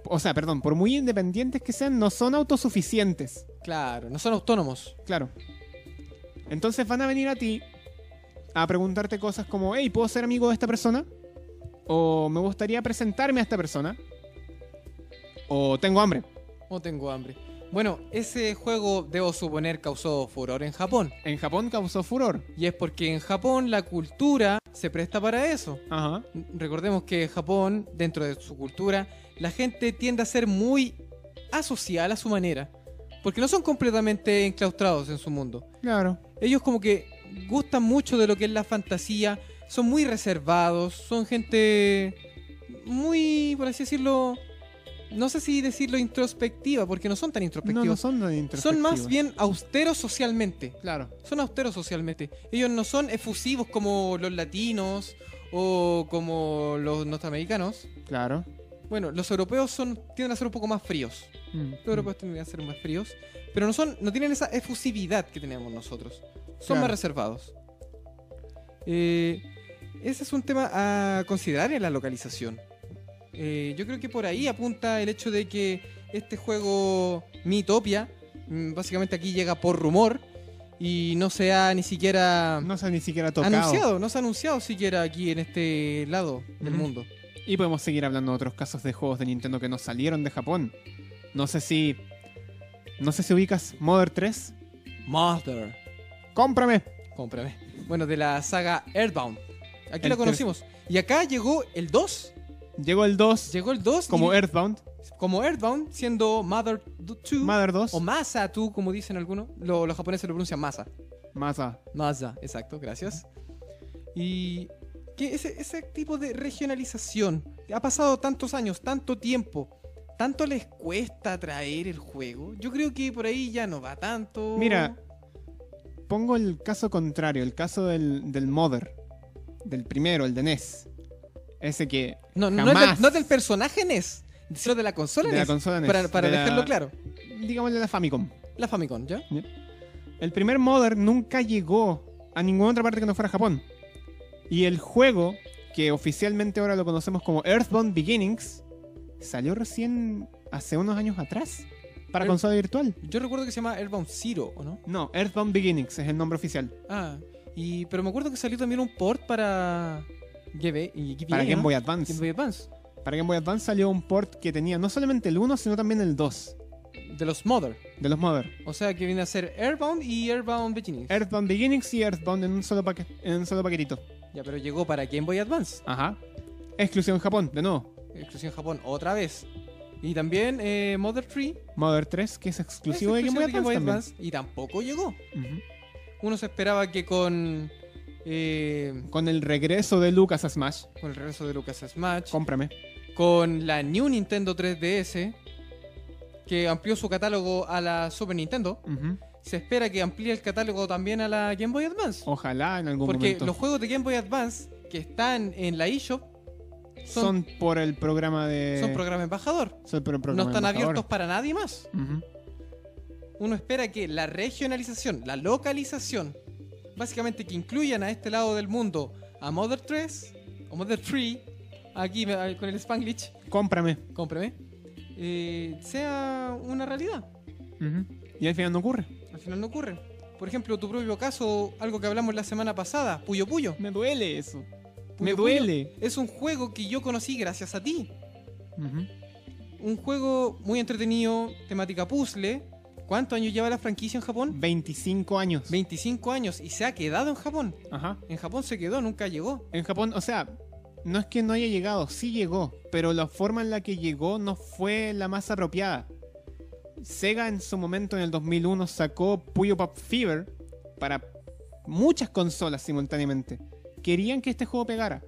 o sea, perdón, por muy independientes que sean, no son autosuficientes. Claro, no son autónomos. Claro. Entonces van a venir a ti a preguntarte cosas como, hey, ¿puedo ser amigo de esta persona? O me gustaría presentarme a esta persona. O tengo hambre. No Oh, tengo hambre. Bueno, ese juego debo suponer causó furor en Japón. En Japón causó furor. Y es porque en Japón la cultura se presta para eso. Ajá. Recordemos que Japón, dentro de su cultura, la gente tiende a ser muy asocial a su manera. Porque no son completamente enclaustrados en su mundo. Claro. Ellos como que gustan mucho de lo que es la fantasía, son muy reservados, son gente muy, por así decirlo, no sé si decirlo introspectiva, porque no son tan No, introspectivos. no son tan son más introspectivos. bien austeros socialmente. Claro. Son austeros socialmente. Ellos no son efusivos como los latinos o como los norteamericanos. Claro. Bueno, los europeos son, tienden a ser un poco más fríos. Mm. Los europeos tienden a ser más fríos, pero no, son, no tienen esa efusividad que tenemos nosotros. Son Claro. más reservados. Eh, ese es un tema a considerar en la localización. Eh, yo creo que por ahí apunta el hecho de que este juego Mitopia, mm, básicamente aquí llega por rumor y no se ha ni siquiera No se ha ni siquiera tocado. anunciado, no se ha anunciado siquiera aquí en este lado del Ujú. mundo. Y podemos seguir hablando de otros casos de juegos de Nintendo que no salieron de Japón. No sé si. No sé si ubicas Mother 3. Mother. ¡Cómprame! Cómprame. Bueno, de la saga Earthbound. Aquí El la conocimos. Y acá llegó el 2. Llegó el 2 Llegó el 2. como y- Earthbound, como Earthbound, siendo Mother 2. Mother 2. o Masa 2, como dicen algunos. Lo- los japoneses lo pronuncian Masa. Masa. Masa, exacto, gracias. Y que ese, ese tipo de regionalización. Ha pasado tantos años, tanto tiempo. ¿Tanto les cuesta traer el juego? Yo creo que por ahí ya no va tanto. Mira, Pongo el caso contrario, el caso del, del Mother. Del primero, el de NES. Ese que. No, no, no es del- jamás. no es del personaje NES, sino de la consola De la NES. consola NES. E Para, para de la- dejarlo claro. Digamos de la Famicom. La Famicom, ¿ya? El primer Mother nunca llegó a ninguna otra parte que no fuera Japón. Y el juego, que oficialmente ahora lo conocemos como Earthbound Beginnings, salió recién hace unos años atrás para Earth- consola virtual. Yo recuerdo que se llama Airbound Zero, ¿o no? No, Earthbound Beginnings es el nombre oficial. Ah, y, pero me acuerdo que salió también un port para GB y GBA, para Game ¿no? Boy Game Advance. Boy Advance. Para Game Boy Advance salió un port que tenía no solamente el 1, sino también el 2 De los Mother. de los Mother. O sea que viene a ser Airbound y Airbound Beginnings. Earthbound Beginnings y Earthbound en un solo, paque- en un solo paquetito. ya, pero llegó para Game Boy Advance. Ajá. Exclusión Japón, de nuevo. Exclusión Japón, otra vez. Y también eh, Mother 3. Mother 3, que es exclusivo de Game Boy Advance. también. Y tampoco llegó. Ujú. Uno se esperaba que con... eh, con el regreso de Lucas a Smash. con el regreso de Lucas Smash. Cómprame. con la New Nintendo 3DS, que amplió su catálogo a la Super Nintendo, se espera que amplíe el catálogo también a la Game Boy Advance. Ojalá en algún porque Oh, momento. los juegos de Game Boy Advance que están en la eShop son, son- por el programa de. son programa embajador. son por el no programa están embajador. abiertos para nadie más. Ujú. Uno espera que la regionalización, la localización, básicamente que incluyan a este lado del mundo a Mother 3 o Mother 3, aquí me- con el Spanglish, Cómprame. cómprame, eh, sea una realidad. Ujú. Y al final no ocurre. Al final no ocurre. Por ejemplo, tu propio caso, algo que hablamos la semana pasada, Puyo Puyo. Me duele eso. Me Puyo duele. Puyo es un juego que yo conocí gracias a ti. Ujú. Un juego muy entretenido, temática puzzle. ¿Cuántos años lleva la franquicia en Japón? 25 años. 25 años y se ha quedado en Japón. Ajá. En Japón se quedó, nunca llegó. En Japón, o sea, no es que no haya llegado, sí llegó, pero la forma en la que llegó no fue la más apropiada. Sega en su momento, en el 2001, sacó Puyo Pop Fever para muchas consolas simultáneamente. Querían que este juego pegara.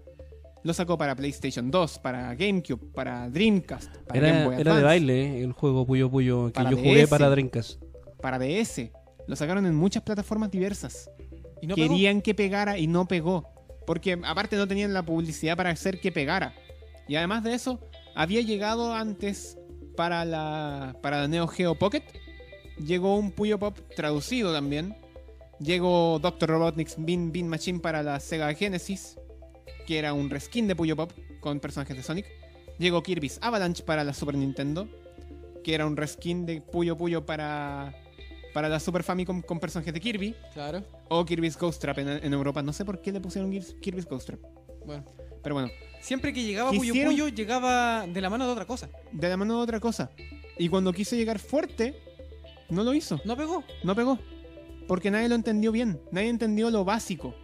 Lo sacó para PlayStation 2, para GameCube, para Dreamcast, para Game Boy Era, era de Advance, baile eh, el juego Puyo Puyo que Para yo jugué DS. para Dreamcast. para DS. Lo sacaron en muchas plataformas diversas. Y no pegó. querían que pegara y no pegó. Porque aparte no tenían la publicidad para hacer que pegara. Y además de eso, había llegado antes para la, para la Neo Geo Pocket. Llegó un Puyo Pop traducido también. Llegó Dr. Robotnik's Bean Bean Machine para la Sega Genesis, que era un reskin de Puyo Pop con personajes de Sonic. Llegó Kirby's Avalanche para la Super Nintendo, que era un reskin de Puyo Puyo para, para la Super Famicom con personajes de Kirby. Claro. O Kirby's Ghost Trap en, en Europa. No sé por qué le pusieron Kir- Kirby's Ghost Trap. Bueno. Pero bueno, Siempre que llegaba Puyo Quisieron- Puyo, llegaba de la mano de otra cosa. de la mano de otra cosa. Y cuando quiso llegar fuerte, no lo hizo. No pegó. No pegó. Porque nadie lo entendió bien. Nadie entendió lo básico.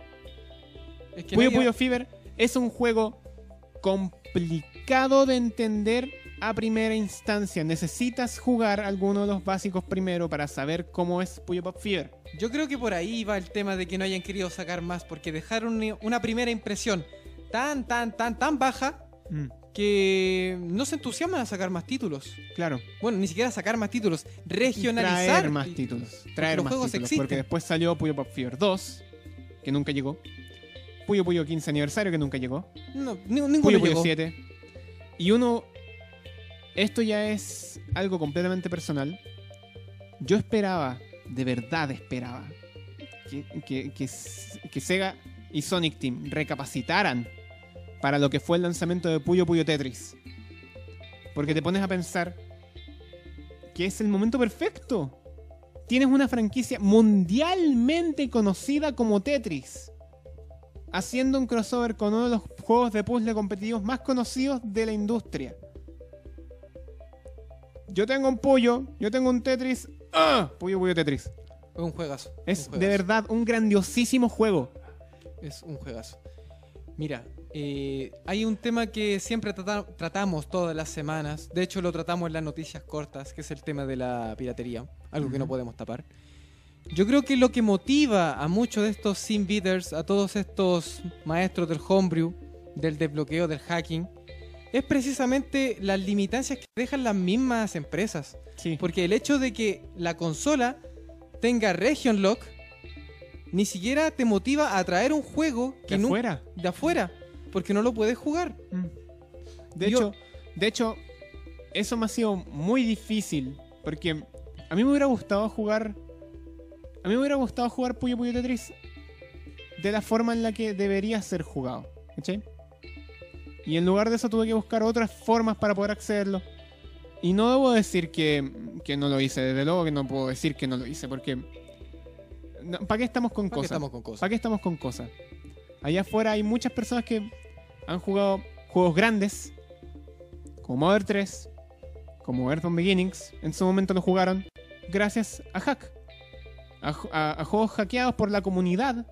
Es que Puyo nadie- Puyo Fever es un juego complicado de entender a primera instancia necesitas jugar alguno de los básicos primero para saber cómo es Puyo Pop Fever. Yo creo que por ahí va el tema de que no hayan querido sacar más, porque dejaron una- una primera impresión tan, tan, tan, tan baja Mm, que no se entusiasman a sacar más títulos. Claro. Bueno, ni siquiera sacar más títulos, Y regionalizar. Traer más títulos. Traer los más juegos títulos. Porque existen. después salió Puyo Pop Fever 2, que nunca llegó. Puyo Puyo 15 aniversario, que nunca llegó. No, ni- ninguno Puyo Puyo llegó. 7. Y uno. Esto ya es algo completamente personal. Yo esperaba, de verdad esperaba, que, que- que S- que Sega y Sonic Team recapacitaran para lo que fue el lanzamiento de Puyo Puyo Tetris. Porque te pones a pensar que es el momento perfecto. Tienes una franquicia mundialmente conocida como Tetris haciendo un crossover con uno de los juegos de puzzle competitivos más conocidos de la industria. Yo tengo un pollo, yo tengo un Tetris. ¡Ah! Puyo Puyo Tetris. Es un juegazo. Es un de juegazo. verdad un grandiosísimo juego. Es un juegazo. Mira, eh, hay un tema que siempre trata- tratamos todas las semanas. De hecho, lo tratamos en las noticias cortas, que es el tema de la piratería. Algo que no Ujú. podemos tapar. Yo creo que lo que motiva a muchos de estos sim beaters, a todos estos maestros del homebrew, del desbloqueo, del hacking, es precisamente las limitancias que dejan las mismas empresas. Sí. Porque el hecho de que la consola tenga Region Lock ni siquiera te motiva a traer un juego que de nu- afuera. de afuera, porque no lo puedes jugar. De Yo- hecho, de hecho, eso me ha sido muy difícil. Porque a mí me hubiera gustado jugar. A mí me hubiera gustado jugar Puyo Puyo Tetris de la forma en la que debería ser jugado. ¿Cachai? Y en lugar de eso tuve que buscar otras formas para poder accederlo. Y no debo decir que, que no lo hice, desde luego que no puedo decir que no lo hice, porque. no, ¿Para qué estamos con ¿Para qué cosas? estamos con cosas? ¿Para qué estamos con cosas? Allá afuera hay muchas personas que han jugado juegos grandes, como Mother 3, como Earthbound Beginnings, en su momento lo jugaron gracias a hack, a, ju- a- a juegos hackeados por la comunidad,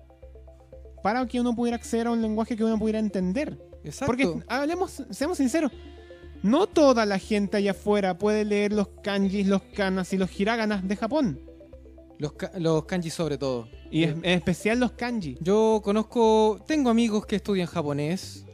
para que uno pudiera acceder a un lenguaje que uno pudiera entender. Exacto. Porque hablemos, seamos sinceros, no toda la gente allá afuera puede leer los kanjis, los kanas y los hiraganas de Japón, Los, ka- los kanji sobre todo. y es- en especial los kanji. Yo conozco, tengo amigos que estudian japonés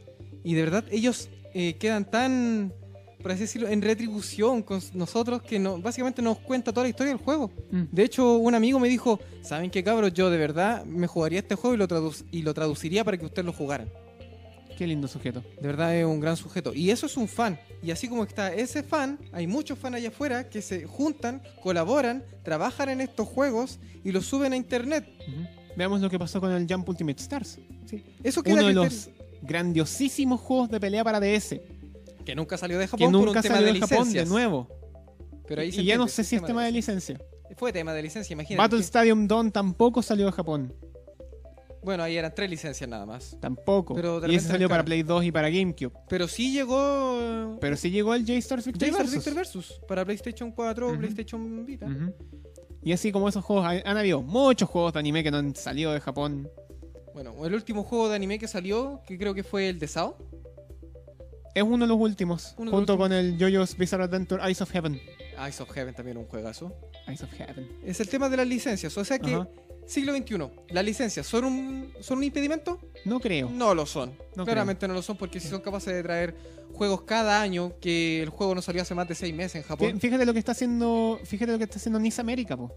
y de verdad ellos eh, quedan tan, por así decirlo, en retribución con s- nosotros que no, básicamente nos cuenta toda la historia del juego. Mm. De hecho, un amigo me dijo, ¿saben qué cabros? Yo de verdad me jugaría este juego y lo, tradu- y lo traduciría para que ustedes lo jugaran. Qué lindo sujeto. De verdad es un gran sujeto. Y eso es un fan. Y así como está ese fan, hay muchos fans allá afuera que se juntan, colaboran, trabajan en estos juegos y los suben a internet. Ujú. Veamos lo que pasó con el Jump Ultimate Stars. Eso queda Uno a de criterio. los grandiosísimos juegos de pelea para DS que nunca salió de Japón que por un nunca tema salió de de Japón de licencias. nuevo. Pero ahí se y ya no entiende, sé si es tema de licencia. licencia. Fue tema de licencia, imagínate. Battle que- Stadium Dawn tampoco salió de Japón. Bueno, ahí eran tres licencias nada más. Tampoco. Pero de y ese repente salió sacaron. para Play 2 y para GameCube. Pero sí llegó... Pero sí llegó el J-Stars Victory J-Stars Versus. Victor Versus para PlayStation 4 Ujú. PlayStation Vita. Ujú. Y así como esos juegos, hay- han habido muchos juegos de anime que no han salido de Japón. Bueno, el último juego de anime que salió, que creo que fue el de Sao. Es uno de los últimos, Uno de los junto con el JoJo's Bizarre Adventure Eyes of Heaven. Eyes Ah, of Heaven también un juegazo. Eyes of Heaven. Es el tema de las licencias. O sea que, Ajá. siglo XXI, ¿las licencias son un, son un impedimento? No creo. No lo son. No Claramente no lo son porque si son capaces de traer juegos cada año, que el juego no salió hace más de seis meses en Fí- Japón. Fíjate lo que está haciendo. Fíjate lo que está haciendo Nice América, po.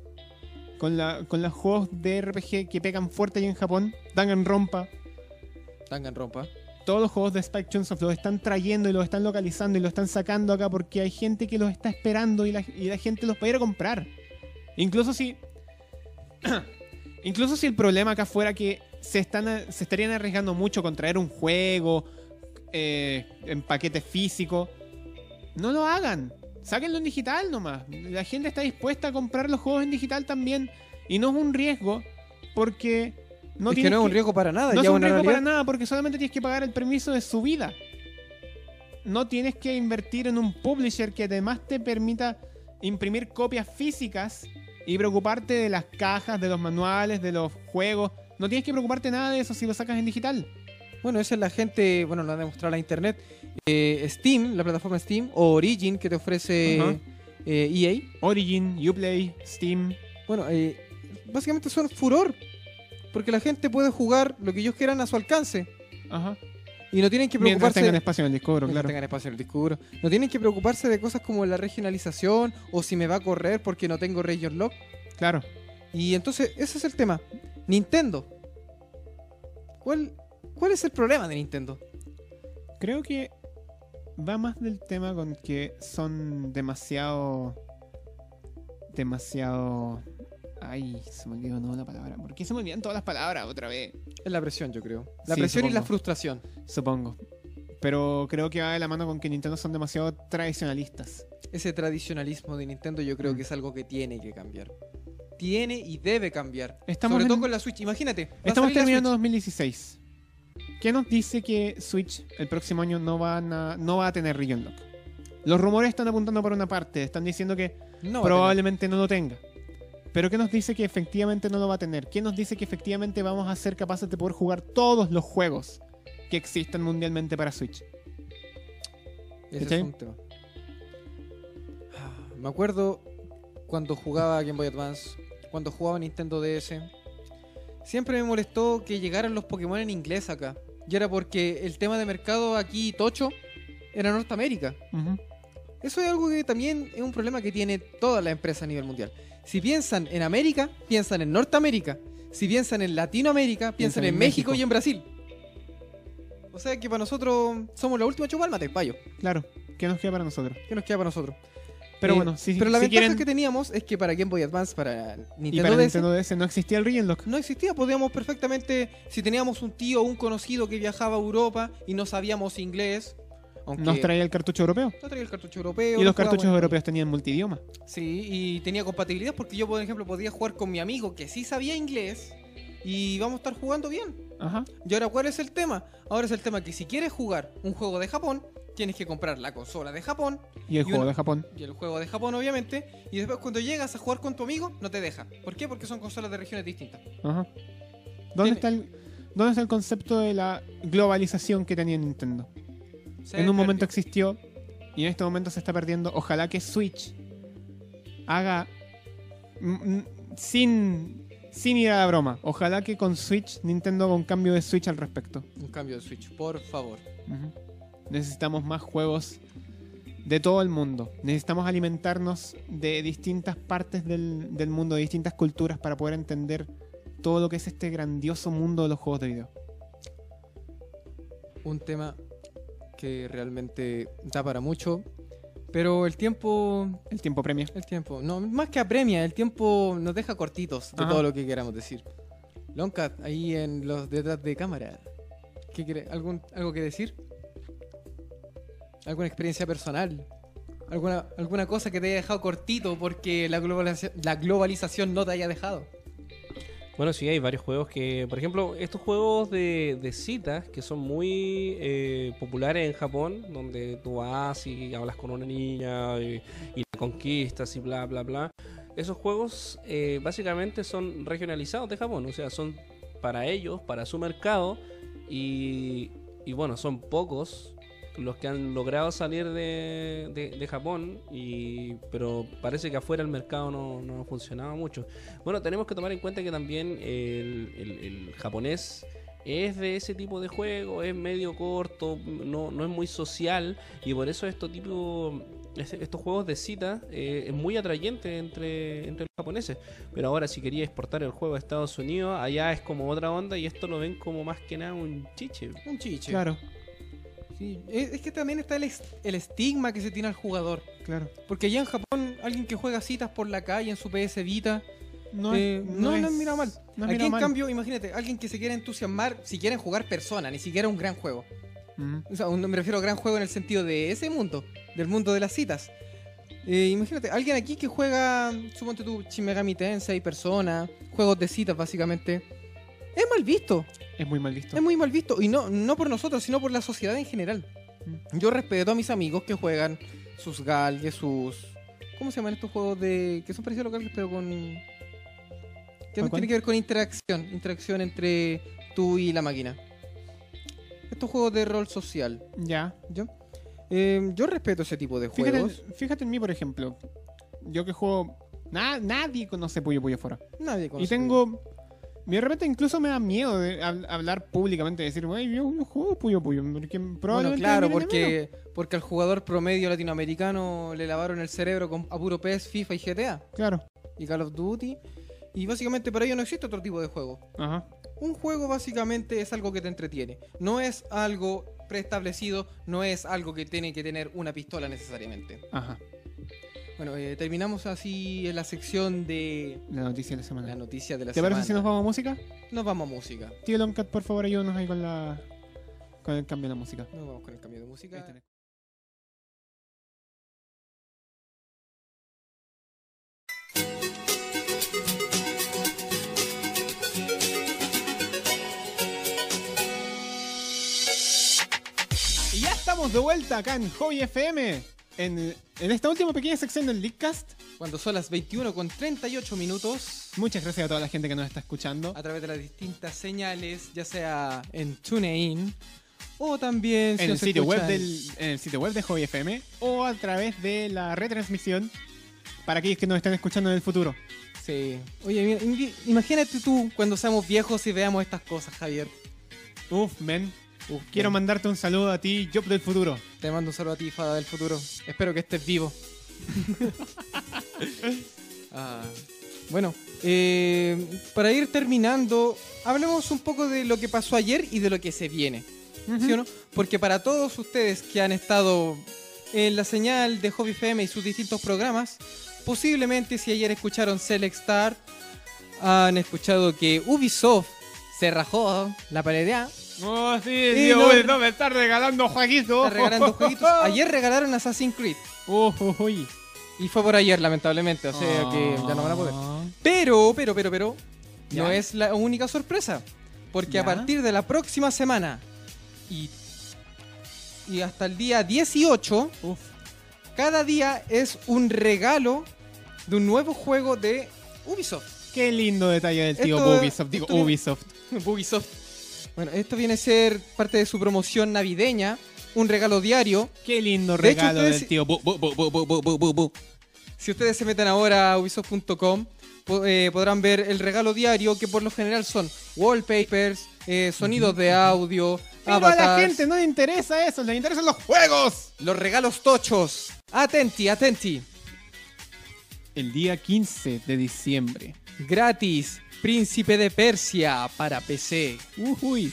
Con, la, con los juegos de RPG que pegan fuerte allá en Japón, Danganronpa, Danganronpa. todos los juegos de Spike Chunsoft los están trayendo y los están localizando y los están sacando acá porque hay gente que los está esperando y la, y la gente los va a ir a comprar. Incluso si. [CLEARS THROAT] incluso si el problema acá fuera que se, están, a- se estarían arriesgando mucho con traer un juego eh, en paquete físico. No lo hagan. Sáquenlo en digital nomás. La gente está dispuesta a comprar los juegos en digital también. Y no es un riesgo porque. No es que tienes no es un que- riesgo para nada. no es ya un una riesgo para realidad. nada porque solamente tienes que pagar el permiso de subida. No tienes que invertir en un publisher que además te permita imprimir copias físicas y preocuparte de las cajas, de los manuales, de los juegos. No tienes que preocuparte nada de eso si lo sacas en digital. Bueno, esa es la gente, bueno, lo ha demostrado la internet. Eh, Steam, la plataforma Steam, o Origin que te ofrece Ajá. eh, EA. Origin, Uplay, Steam. Bueno, eh, básicamente son furor. Porque la gente puede jugar lo que ellos quieran a su alcance. Ajá. Y no tienen que Mientras preocuparse. tengan espacio en el disco duro, Mientras claro. tengan espacio en el disco duro. No tienen que preocuparse de cosas como la regionalización o si me va a correr porque no tengo Region Lock. Claro. Y entonces, ese es el tema. Nintendo. ¿Cuál, cuál es el problema de Nintendo? Creo que va más del tema con que son demasiado. demasiado. Ay, se me olvidó no la palabra. ¿Por qué se me olvidan todas las palabras otra vez? Es la presión, yo creo. La Sí, presión y la supongo. frustración. Supongo. Pero creo que va de la mano con que Nintendo son demasiado tradicionalistas. Ese tradicionalismo de Nintendo yo creo Mm. que es algo que tiene que cambiar. Tiene y debe cambiar. Estamos Sobre en- todo con la Switch. Imagínate. va a Estamos salir la terminando 2016. ¿Qué nos dice que Switch el próximo año no, van a- no va a tener Region Lock? Los rumores están apuntando por una parte, están diciendo que Switch. No, va a probablemente no lo tenga. Pero ¿qué nos dice que efectivamente no lo va a tener? ¿Qué nos dice que efectivamente vamos a ser capaces de poder jugar todos los juegos que existan mundialmente para Switch? tener. Ese ¿Cachai? es un tema. Ah, Me acuerdo cuando jugaba Game Boy Advance, cuando jugaba Nintendo DS. Siempre me molestó que llegaran los Pokémon en inglés acá. Y era porque el tema de mercado aquí, Tocho, era Norteamérica. Ujú. Eso es algo que también es un problema que tiene toda la empresa a nivel mundial. Si piensan en América, piensan en Norteamérica. Si piensan en Latinoamérica, piensan en, México, y en Brasil. O sea que para nosotros somos la última chupalmate, payo. Claro, ¿qué nos queda para nosotros? ¿Qué nos queda para nosotros? Pero Eh, bueno, si, Pero la si ventaja quieren... que teníamos es que para Game Boy Advance, para Y Nintendo para DS, Nintendo DS no existía el Region Lock. no existía. Podíamos perfectamente, si teníamos un tío o un conocido que viajaba a Europa y no sabíamos inglés, aunque Nos traía el cartucho europeo. no traía el cartucho europeo. Y no los jugaba cartuchos en- europeos tenían multidioma. Sí, y tenía compatibilidad porque yo, por ejemplo, podía jugar con mi amigo que sí sabía inglés y vamos a estar jugando bien. Ajá. Y ahora, ¿cuál es el tema? Ahora es el tema que si quieres jugar un juego de Japón, tienes que comprar la consola de Japón Y el Y juego una- de Japón. y el juego de Japón, obviamente. Y después, cuando llegas a jugar con tu amigo, no te deja. ¿Por qué? Porque son consolas de regiones distintas. Ajá. ¿Dónde Tiene- está el dónde está el concepto de la globalización que tenía Nintendo? Se en un momento perdió. existió y en este momento se está perdiendo. Ojalá que Switch haga mm, mm, sin sin ir a la broma. Ojalá que con Switch Nintendo haga un cambio de Switch al respecto. Un cambio de Switch, por favor. Ujú. Necesitamos más juegos de todo el mundo. Necesitamos alimentarnos de distintas partes del, del mundo, de distintas culturas, para poder entender todo lo que es este grandioso mundo de los juegos de video. un tema que realmente da para mucho. Pero el tiempo, El tiempo premia. el tiempo, no, más que apremia, el tiempo nos deja cortitos de Ajá. todo lo que queramos decir. Longcat, ahí en los detrás de cámara. ¿Qué quiere, algún, ¿Algo que decir? ¿Alguna experiencia personal? ¿Alguna, ¿Alguna cosa que te haya dejado cortito porque la, globaliza- la globalización no te haya dejado? Bueno, sí, hay varios juegos que, por ejemplo, estos juegos de, de citas que son muy eh, populares en Japón, donde tú vas y hablas con una niña y, y la conquistas y bla, bla, bla. Esos juegos eh, básicamente son regionalizados de Japón, o sea, son para ellos, para su mercado y, y bueno, son pocos los que han logrado salir de, de- de Japón, y, pero parece que afuera el mercado no, no funcionaba mucho. Bueno, tenemos que tomar en cuenta que también el, el- el japonés es de ese tipo de juego, es medio corto, no, no es muy social y por eso estos tipo, es- estos juegos de cita eh, es muy atrayente entre, entre los japoneses. Pero ahora si quería exportar el juego a Estados Unidos, allá es como otra onda y esto lo ven como más que nada un chiche. Un chiche. Claro, Sí, Es, es que también está el est- el estigma que se tiene al jugador. claro. Porque allá en Japón, alguien que juega citas por la calle en su PS Vita. No, Eh, es, no, no es mira mal. no es Aquí, mira en mal. cambio, imagínate, alguien que se quiera entusiasmar, si quieren jugar persona, ni siquiera un gran juego. Ujú. O sea, un- me refiero a gran juego en el sentido de ese mundo, del mundo de las citas. Eh, imagínate, alguien aquí que juega, suponte tú, Shin Megami Tensei, Persona, juegos de citas básicamente. Es mal visto, Es muy mal visto. es muy mal visto. Y no, no por nosotros, sino por la sociedad en general. Mm. Yo respeto a mis amigos que juegan sus galgues, sus... ¿Cómo se llaman estos juegos de que son parecidos a los galgues, pero con... que ¿Cuál, tiene cuál? que ver con interacción, interacción entre tú y la máquina. estos juegos de rol social. Ya. ¿ya? Eh, yo respeto ese tipo de Fíjate, juegos. fíjate en mí, por ejemplo. Yo que juego. na- nadie conoce Puyo Puyo Fora. Nadie conoce. Y tengo. y De repente incluso me da miedo de hab- hablar públicamente, decir, güey, yo, yo juego Puyo Puyo. Porque Bueno, probablemente claro, me miren de menos. porque, porque al jugador promedio latinoamericano le lavaron el cerebro con, a puro PES, FIFA y GTA Claro. y Call of Duty. Y básicamente para ello no existe otro tipo de juego. Ajá. Un juego básicamente es algo que te entretiene. No es algo preestablecido, no es algo que tiene que tener una pistola necesariamente. Ajá. Bueno, eh, terminamos así en la sección de La noticia de la semana. la noticia de la ¿Te semana. parece si nos vamos a música? Nos vamos a música. Tío Longcat, por favor, ayúdanos ahí con la. con el cambio de la música. Nos vamos con el cambio de música. Y ya estamos de vuelta acá en Hobby FM. En, en esta última pequeña sección del Leadcast. Cuando son las 21 con 38 minutos, Muchas gracias a toda la gente que nos está escuchando. a través de las distintas señales, ya sea en TuneIn o también si en el nos sitio web escuchan- del en el sitio web de Hobby FM o a través de la retransmisión para aquellos que nos están escuchando en el futuro. Sí. Oye, mira, invi- imagínate tú cuando seamos viejos y veamos estas cosas, Javier. Uf, men, Uf, quiero man. mandarte un saludo a ti, Job del futuro. Te mando un saludo a ti, Fada del futuro. Espero que estés vivo. Ah, bueno, eh, para ir terminando, hablemos un poco de lo que pasó ayer y de lo que se viene. ¿Sí o no? Porque para todos ustedes que han estado en la señal de Hobby FM y sus distintos programas, posiblemente si ayer escucharon Select Star, han escuchado que Ubisoft se rajó la paredea Oh, sí, Sí, no, uy, me estás regalando jueguitos. está [LAUGHS] regalando jueguitos. Ayer regalaron Assassin's Creed. Oh, oh, uy. Y fue por ayer, lamentablemente, o sea Ah. que ya no van a poder. Pero, pero, pero, pero, no Ya. es la única sorpresa. Porque a Ya. partir de la próxima semana y, y hasta el día 18, Uf. cada día es un regalo de un nuevo juego de Ubisoft. [LAUGHS] Qué lindo detalle del tío Esto- Ubisoft. Digo, esto viene- Ubisoft. Ubisoft. Bueno, esto viene a ser parte de su promoción navideña, un regalo diario. Qué lindo De hecho, regalo ustedes- del tío. Bu- bu- bu- bu- bu- bu- bu- bu- bu. Si ustedes se meten ahora a ubisoft.com, po- eh, podrán ver el regalo diario, que por lo general son wallpapers, eh, sonidos de audio, Pero Ah, a la avatars, gente no le interesa eso, le interesan los juegos. los regalos tochos. Atenti, atenti. El día 15 de diciembre. Gratis, Príncipe de Persia para PC. Ujuy.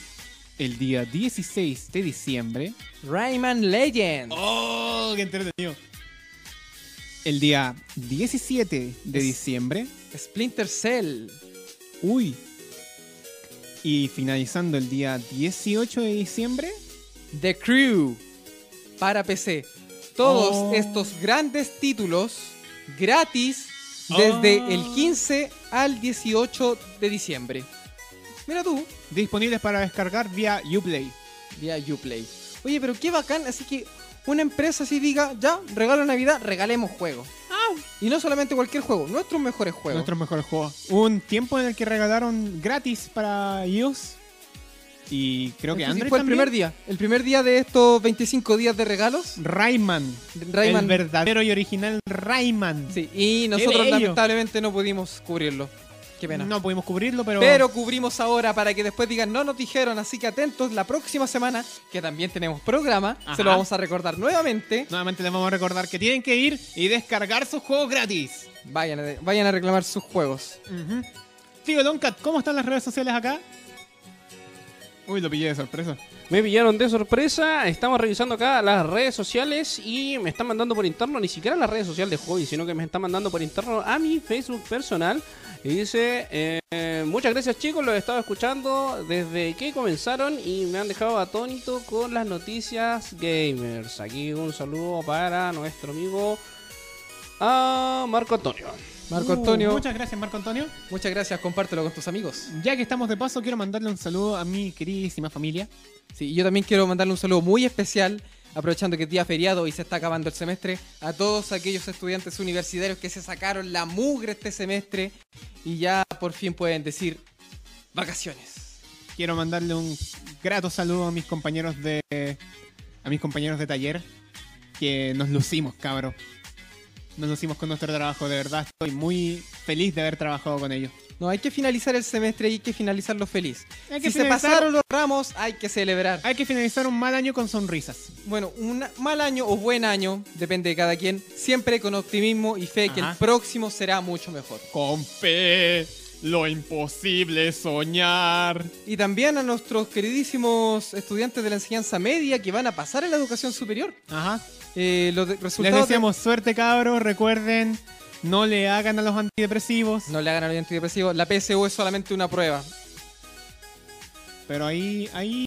El día 16 de diciembre. Rayman Legends. ¡Oh, qué entretenido! El día 17 de Es- diciembre. Splinter Cell. ¡Uy! Y finalizando el día 18 de diciembre. The Crew para PC. Todos Oh. estos grandes títulos gratis desde Oh. el 15 al 18 de diciembre. Mira tú, Disponibles para descargar vía Uplay. vía Uplay. Oye, pero qué bacán, así que una empresa así diga, ya, regalo de Navidad, regalemos juegos. Ah. Y no solamente cualquier juego, nuestros mejores juegos. Nuestros mejores juegos. Hubo un tiempo en el que regalaron gratis para iOS. Y creo que Este sí Android fue el también. primer día. El primer día de estos 25 días de regalos. Rayman. El Rayman. verdadero y original Rayman. Sí, y nosotros bello. lamentablemente no pudimos cubrirlo. Qué pena. No pudimos cubrirlo, pero. Pero cubrimos ahora para que después digan no nos dijeron, así que atentos la próxima semana, que también tenemos programa, Ajá. se lo vamos a recordar nuevamente. Nuevamente les vamos a recordar que tienen que ir y descargar sus juegos gratis. Vayan a, vayan a reclamar sus juegos. Tío Loncat, ¿cómo están las redes sociales acá? Uy, lo pillé de sorpresa. Me pillaron de sorpresa. Estamos revisando acá las redes sociales y me están mandando por interno, ni siquiera las redes sociales de hobby, sino que me están mandando por interno a mi Facebook personal. Y dice: eh, Muchas gracias, chicos. Los he estado escuchando desde que comenzaron y me han dejado atónito con las noticias gamers. Aquí un saludo para nuestro amigo ah, Marco Antonio. Marco Uh, Antonio, muchas... muchas gracias, Marco Antonio. gracias, compártelo con tus amigos. Ya que estamos de paso, quiero mandarle un saludo a mi queridísima familia. Sí, y yo también quiero mandarle un saludo muy especial, aprovechando que es día feriado y se está acabando el semestre, a todos aquellos estudiantes universitarios que se sacaron la mugre este semestre y ya por fin pueden decir vacaciones. quiero mandarle un grato saludo a mis compañeros de a mis compañeros de taller que nos lucimos, cabros. Nos lucimos con nuestro trabajo, de verdad estoy muy feliz de haber trabajado con ellos. No, hay que finalizar el semestre y hay que finalizarlo feliz. Hay que si se finalizar- pasaron los ramos, hay que celebrar. Hay que finalizar un mal año con sonrisas. Bueno, un mal año o buen año, depende de cada quien, siempre con optimismo y fe que el Ajá. próximo será mucho mejor. Con fe, lo imposible soñar. Y también a nuestros queridísimos estudiantes de la enseñanza media que van a pasar a la educación superior. Ajá. Eh, los de- Les resultados de- deseamos suerte, cabros. Recuerden, no le hagan a los antidepresivos. No le hagan al antidepresivo. La PSU es solamente una prueba. Pero ahí, ahí,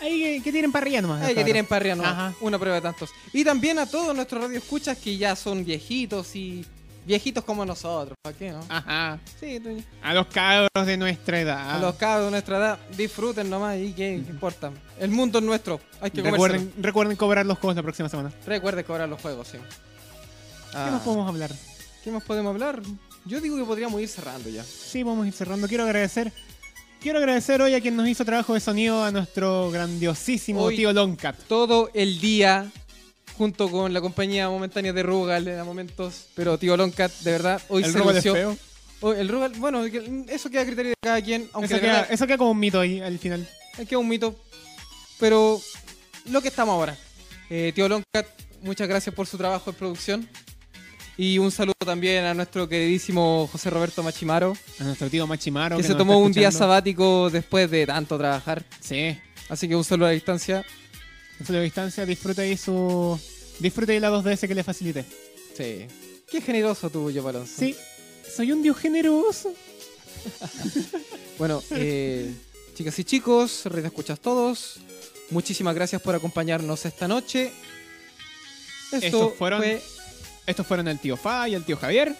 ahí que, que tienen parrilla nomás. Ay, que cabros. tienen parria, ¿no? Ajá. Una prueba de tantos. Y también a todos nuestros radioescuchas que ya son viejitos y viejitos como nosotros. ¿Para qué, no? Ajá. Sí, tú- A los cabros de nuestra edad. a los cabros de nuestra edad, disfruten nomás y qué qué importa. El mundo es nuestro. Hay que recuerden, recuerden cobrar los juegos la próxima semana. comérselo. Recuerden cobrar los juegos, sí. Ah, ¿Qué más podemos hablar? ¿Qué más podemos hablar? Yo digo que podríamos ir cerrando ya. Sí, vamos a ir cerrando. Quiero agradecer. Quiero agradecer hoy a quien nos hizo trabajo de sonido, a nuestro grandiosísimo Hoy- tío Longcat. todo el día junto con la compañía momentánea de Rugal en momentos, pero tío Loncat, de verdad, hoy El se Rugal es lució. feo. Hoy el Rugal, bueno, que- eso queda a criterio de cada quien, aunque Eso de queda, verdad, eso queda como un mito ahí al final. es que es un mito, pero lo que estamos ahora. Eh, tío Loncat, muchas gracias por su trabajo en producción y un saludo también a nuestro queridísimo José Roberto Machimaro, A nuestro tío Machimaro. que se nos está tomó un día escuchando. sabático después de tanto trabajar, Sí. así que un saludo a la distancia. En su distancia, disfrute ahí su. Disfrute ahí la 2DS que le facilité. Sí. Qué generoso tuvo yo, Alonso. Sí. Soy un dios generoso. [LAUGHS] Bueno, eh, chicas y chicos, redes escuchas todos. Muchísimas gracias por acompañarnos esta noche. Esto Estos fueron- fue- Estos fueron el tío Fa y el tío Javier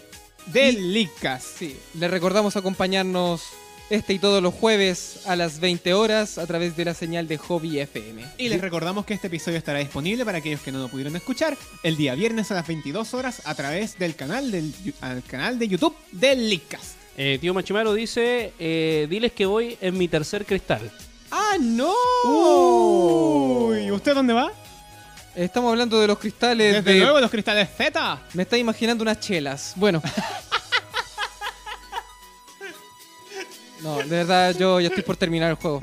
del Licas. sí, les recordamos acompañarnos este y todos los jueves a las 20 horas a través de la señal de Hobby FM. Y les recordamos que este episodio estará disponible para aquellos que no lo pudieron escuchar el día viernes a las 22 horas a través del canal del al canal de YouTube del Licas. Eh, tío Machimaro dice, eh, diles que voy en mi tercer cristal. ¡Ah, no! Uy, ¿usted dónde va? Estamos hablando de los cristales Desde de... luego los cristales Z. Me está imaginando unas chelas. [LAUGHS] Bueno. No, de verdad yo ya estoy por terminar el juego.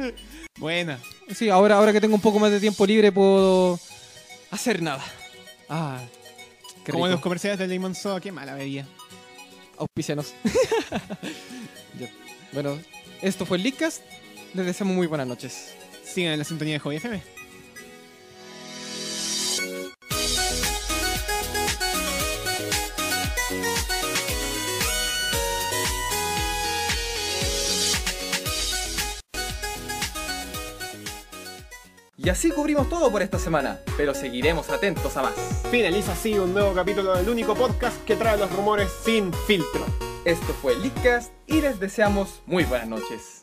Buena. Sí, ahora, ahora que tengo un poco más de tiempo libre puedo hacer nada. Ah, qué Como rico. los comerciales de Lemon Soda, qué mala bebida. Auspicianos. [LAUGHS] Ya. bueno, esto fue el Leakcast. Les deseamos muy buenas noches. Sigan en la sintonía de Hobby FM. Y así cubrimos todo por esta semana, pero seguiremos atentos a más. Finaliza así un nuevo capítulo del único podcast que trae los rumores sin filtro. Esto fue Leakcast y les deseamos muy buenas noches.